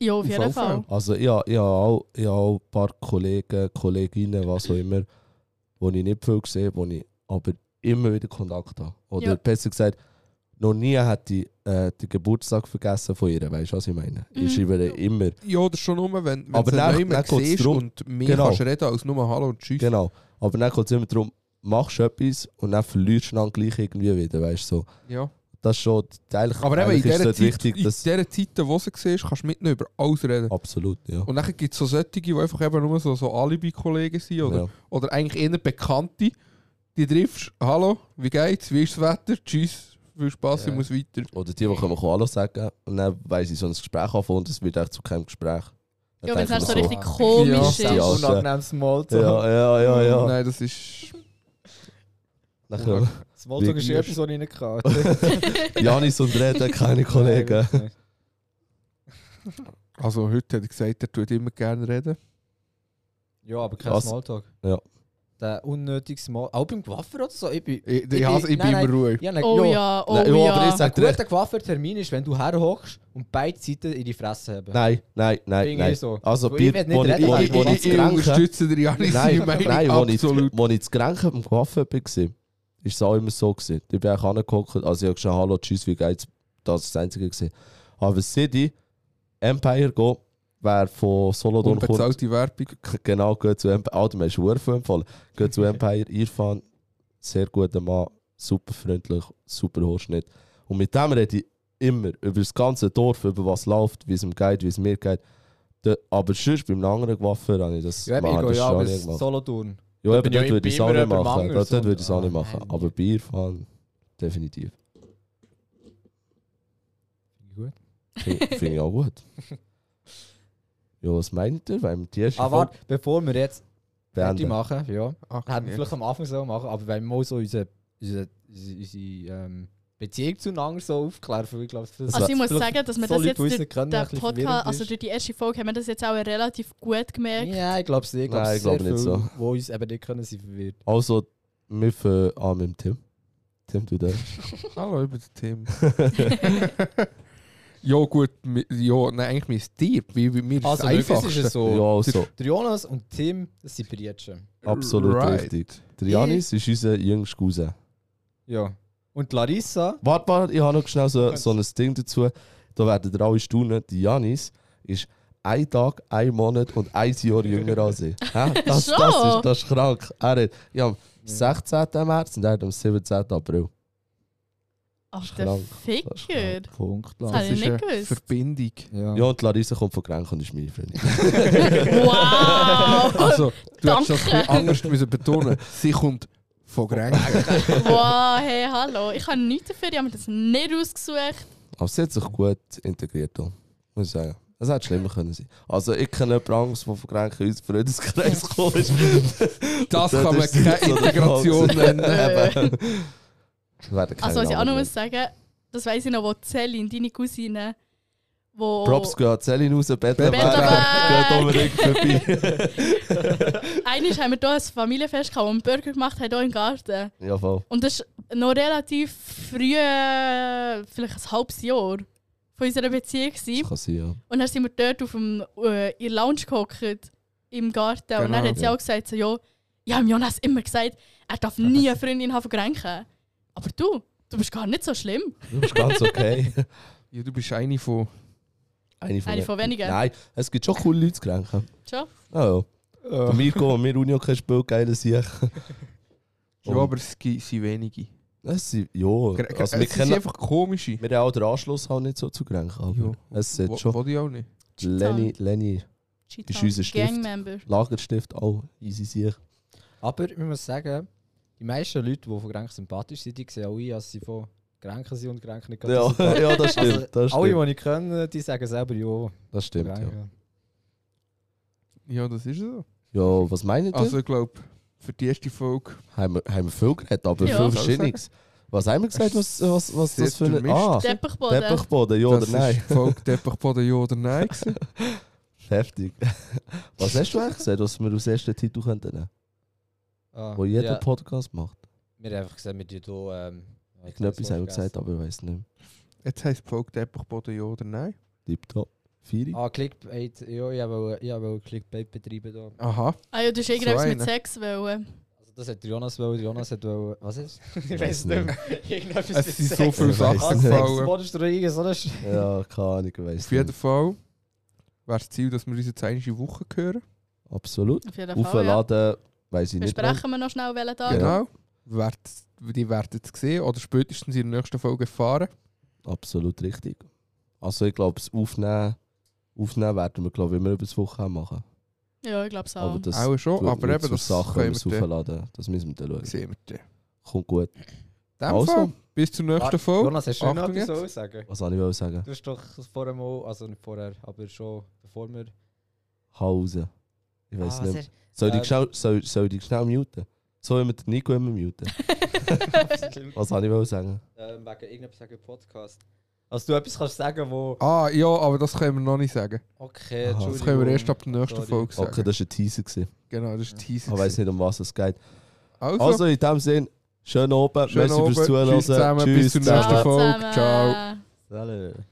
Ja, auf
Auf
jeden
jeden
Fall.
Also ich, ha- ich habe auch, ich ha auch ein paar Kollegen, Kolleginnen, was auch immer, wo ich nicht viel sehe, wo ich aber immer wieder Kontakt habe. Oder
Ja.
besser gesagt, noch nie hat die äh, den Geburtstag vergessen von ihr, weißt du, was ich meine?
Mhm.
Ich schreibe ihr immer.
Ja, das ist schon nur, wenn, wenn
Aber
du
dann-
jemanden
dann geht's
siehst
drum.
und mehr
Genau.
kannst reden als nur Hallo und Tschüss.
Genau. Aber dann kommt es immer darum, machst du etwas und dann verlierst du dann gleich irgendwie wieder, weißt du. So.
Ja.
Das ist schon, eigentlich,
Aber eben in
eigentlich ist
dieser
das
Zeit,
wichtig, dus-
in
dass...
dieser Zeit, wo du siehst, kannst du mit ihnen über alles reden.
Absolut, ja.
Und dann gibt es so solche, die einfach eben nur so, so Alibi-Kollegen sind oder,
ja.
oder eigentlich eher Bekannte, die triffst, hallo, wie geht's, wie ist das Wetter, tschüss, viel Spaß,
Ja.
ich muss weiter.
Oder die, die können wir Hallo sagen und dann weiss ich so ein Gespräch auf und es wird echt zu keinem Gespräch. Dann
Ja, wenn es
denke ich
dann halt so
mir
richtig komisch
Ja.
ist.
Ja.
unangenehm Smalltalk.
Ja, äh, ja, ja, ja.
Nein, das ist...
Dann kommen
Smalltalk ist
Wirklich.
etwas, was ich nicht kann.
Janis und Reda, keine Kollegen.
Nein, wirklich
Also heute hat er gesagt, er tut immer gerne reden.
nicht. Ja, aber kein
Was?
Smalltalk.
Ja.
Der unnötige Smalltalk. Auch beim Coiffeur oder so. Ich bin...
Ich, ich,
Ich-
has- ich
nein,
bin
nein.
immer ruhig.
Ja, ne,
Oh
ja.
ja, oh
Nein, ja, aber ich
ja.
sag
Ein
dir,
guter Coiffeur-Termin ist, wenn du herhockst und beide Seiten in die Fresse haben.
nein, nein, nein,
Irgendwie
nein.
so.
Also,
Wo ich
Bier,
will nicht
wo ich,
reden,
wo ich, wo
weil
ich
ich,
zu Grenken,
unterstütze dir Janis
nein,
seine Meinung
nein, wo ich,
absolut.
zu- wo ich zu Grenken beim Kaffee war, ist es auch immer so gewesen. Ich bin auch angeguckt, also ich habe schon Hallo, Tschüss, wie geht's? Das ist das Einzige gesehen. Aber City, Empire go, wer von Solodon kommt,
Unbezahlte Werbung.
K- genau, geht zu Empire. Alter, man ist empfohlen. Geht zu Empire, Irfan, sehr guter Mann, super freundlich, super Hochschnitt. Und mit dem rede ich immer über das ganze Dorf, über was läuft, wie es ihm geht, wie es mir geht. Da, aber sonst beim anderen Waffen habe ich das,
Ja,
man
ich
hat
gehe
das
ja,
schon
aber
nicht gemacht.
Solothurn.
ja,
da
aber
bin ja
dort würde ich es
immer
auch nicht
jemand
machen.
anderes,
Dort dort würde ich es auch
sondern-
nicht machen.
Ah, nein.
Aber bei Irfan, definitiv.
Gut.
Finde finde ich auch gut. Ja, was meint ihr? Weil wir die erste
Ah,
Folge
warte, bevor wir jetzt fertig
beenden.
machen, ja.
Ach,
Hätten wir
nee.
vielleicht am Anfang so machen, aber wenn wir mal so unsere, unsere, unsere, unsere ähm, Beziehung zueinander so aufklären, weil ich glaube, das
Also ich muss sagen, dass wir das jetzt durch
durch den
den Podcast, also durch die erste Folge, haben wir das jetzt auch relativ gut gemerkt.
Ja, ich glaube es nicht.
Nein,
Nein,
ich
ich
glaub
glaube
nicht
nicht
so.
so. Wo uns eben nicht können, sind verwirrt.
Also, wir fangen an mit dem Tim. Tim, du da.
Hallo, ich bin der Tim. ja, gut, mi- ja, nein, eigentlich mein Tier. Wie, wie, mir ist
Also
es
wirklich
einfach.
ist es
Ja,
so.
also,
Der Jonas und Tim, das sind Brietschen.
absolut
Right.
richtig. Der Janis ist unser jüngster Cousin.
Ja. Und die Larissa,
Warte, warte, ich habe noch schnell so, so ein Ding dazu. Da werden ihr alle staunen. Die Janis ist ein Tag, ein Monat und ein Jahr jünger als ich. Hä? Das, das,
Schon?
ist, das ist krank. Er hat, ich am 16. März und er hat am 17. April.
Ach,
Das
der
ist
Ficker.
Punkt,
Das habe ich
ist
nicht
eine
gewusst.
Verbindung.
Ja.
Ja, und Larissa kommt von Grenk und ist meine Freundin.
Wow!
Also, du hättest das ein
Oh, Danke.
bisschen anders müssen betonen Sie kommt von Grenken.
Wow, hey, hallo. Ich habe nichts dafür, ich habe mir das nicht ausgesucht.
Aber sie hat sich gut integriert, hier, muss ich sagen. Es hätte schlimmer können sein. Also ich kenne jemanden anderes, der von Grenken in unseren Freundeskreis gekommen ist.
Das
Und
kann man
ist sie
keine
so der
Integration
Fall
nennen.
gewesen. Eben. Ich werde keine
Also, was ich auch noch
Namen
muss sagen, das weiss ich noch, wo Celine, deine Cousine, wo.
nennen. Props gehen an Celine raus, Bettler
Bettlerberg.
Geht um unbedingt vorbei.
Einmal haben wir hier ein Familienfest gehabt, wo wir Burger gemacht haben, hier im Garten.
ja, voll.
Und das ist noch relativ früh, äh, vielleicht ein halbes Jahr, von unserer Beziehung. Gewesen.
Das kann sein, ja.
Und dann sind wir dort auf dem, äh, in der Lounge gehockt, im Garten. Und dann
Genau.
hat sie auch gesagt, so, ja, ich habe Jonas immer gesagt, er darf nie eine Freundin haben von Grenken. Aber du, du bist gar nicht so schlimm.
Du bist ganz okay.
Ja, du bist eine von.
Eine
Eine von wenigen.
Nein, es gibt schon coole Leute zu Grenken.
Schon?
Oh, ja.
Äh,
Mirko, wenn wir Union kein Spiel, geiler Sieg.
Ja,
oh.
aber es gi- sind wenige.
Es sind, ja, also
Gre-
wir
es sind
kennen...
einfach komische.
Wir haben auch den Anschluss halt nicht so zu Grenken.
Ja.
aber Es
Wo-
sind schon...
Wo die auch nicht.
Lenny, Lenny, Ist unser Stift.
Gangmember.
Lagerstift, auch easy Sieg.
aber ich muss sagen, die meisten Leute, die von Grenken sympathisch sind, die sehen auch ein, dass sie von Grenken sind und Grenken nicht
Ja, ja, das stimmt. Das stimmt,
Also, Alle, die ich kenne, eh, die sagen selber, ja.
das stimmt ja.
Grenken.
Ja, das ist so.
ja, was meinen ihr?
Also ich glaube, für die erste Folge
haben, wir, haben wir viel geredet, aber
Ja.
viel Verschiedenes. Was haben wir gesagt, was, was, was
Sehr
das für ein...
durchmischt.
Ah,
Teppichboden.
Teppichboden, ja oder
das
nein?
ist die Folge Teppichboden ja oder nein. gewesen.
Heftig. Was hast du eigentlich gesagt, was wir als ersten Titel könnten nehmen
Ah,
wo jeder
ja,
Podcast macht?
Wir haben einfach gesagt, wir tun hier. Ähm,
Ich habe etwas haben wir gesagt, aber ich weiß nicht mehr.
Jetzt heisst die Folge Teppichboden ja oder nein.
Tipptopp. Vieri.
Ah, Clickbait, ja, ich wollte ich wollte Clickbait betreiben hier.
Aha.
Ah ja, du hast irgendwas
So
mit
eine.
Sex wollen.
Also das hat Jonas wollen, Jonas hat wollen, was ist? ich
weiss nicht mehr.
Irgendetwas
Es sind so viele
Ich weiss
Sachen
nicht.
gefallen.
Monsterungen, so das
Ja, keine Ahnung, ich weiß
Auf jeden
nicht.
Fall wäre das Ziel, dass wir uns jetzt eine Woche hören.
Absolut.
Auf jeden Fall. Ja.
Aufladen, weiß ich nicht. ne? wann.
Besprechen wir noch schnell welchen Tag.
Ja.
Genau. Werdet- Die werden es sehen oder spätestens in der nächsten Folge erfahren.
Absolut richtig. Also ich glaube, das Aufnehmen, Aufnehmen werden wir glaube ich immer über das Wochenende machen.
Ja, ich glaube es auch.
Aber das
auch schon,
tut
aber
nicht
eben
zur
das
Sache, wenn wir
können
es
wir dann
aufladen. Das müssen wir dann schauen.
sehen. Wir dann.
Kommt gut.
In dem
Also.
Fall, bis zur
Ah,
nächsten Folge.
Jonas, hast du noch
Achtung
etwas
jetzt.
zu sagen?
Was soll ich wollte sagen?
Du hast doch vorher mal, also nicht vorher, aber schon bevor wir...
Hause. Ich weiß nicht.
nicht.
Soll
Ähm.
ich schnell, soll, soll ich schnell muten? So immer den Nico immer muten. Was soll ich wollte sagen?
ähm, wegen irgendetwas wegen Podcast. Also du etwas kannst sagen, wo...
Ah, ja, aber das können wir noch nicht sagen.
Okay,
Aha.
Entschuldigung.
Das können wir erst ab der nächsten
Sorry.
Folge sagen.
Okay, das war ein Teaser. Gewesen.
Genau, das ist
Ich
teasing.
weiß nicht, um was es geht.
Also,
Also in dem Sinne, schönen Abend.
schönen
Merci fürs
Abend.
Zuhören.
Tschüss zusammen, bis zur
zusammen.
nächsten Folge.
zusammen.
Ciao.
Salut.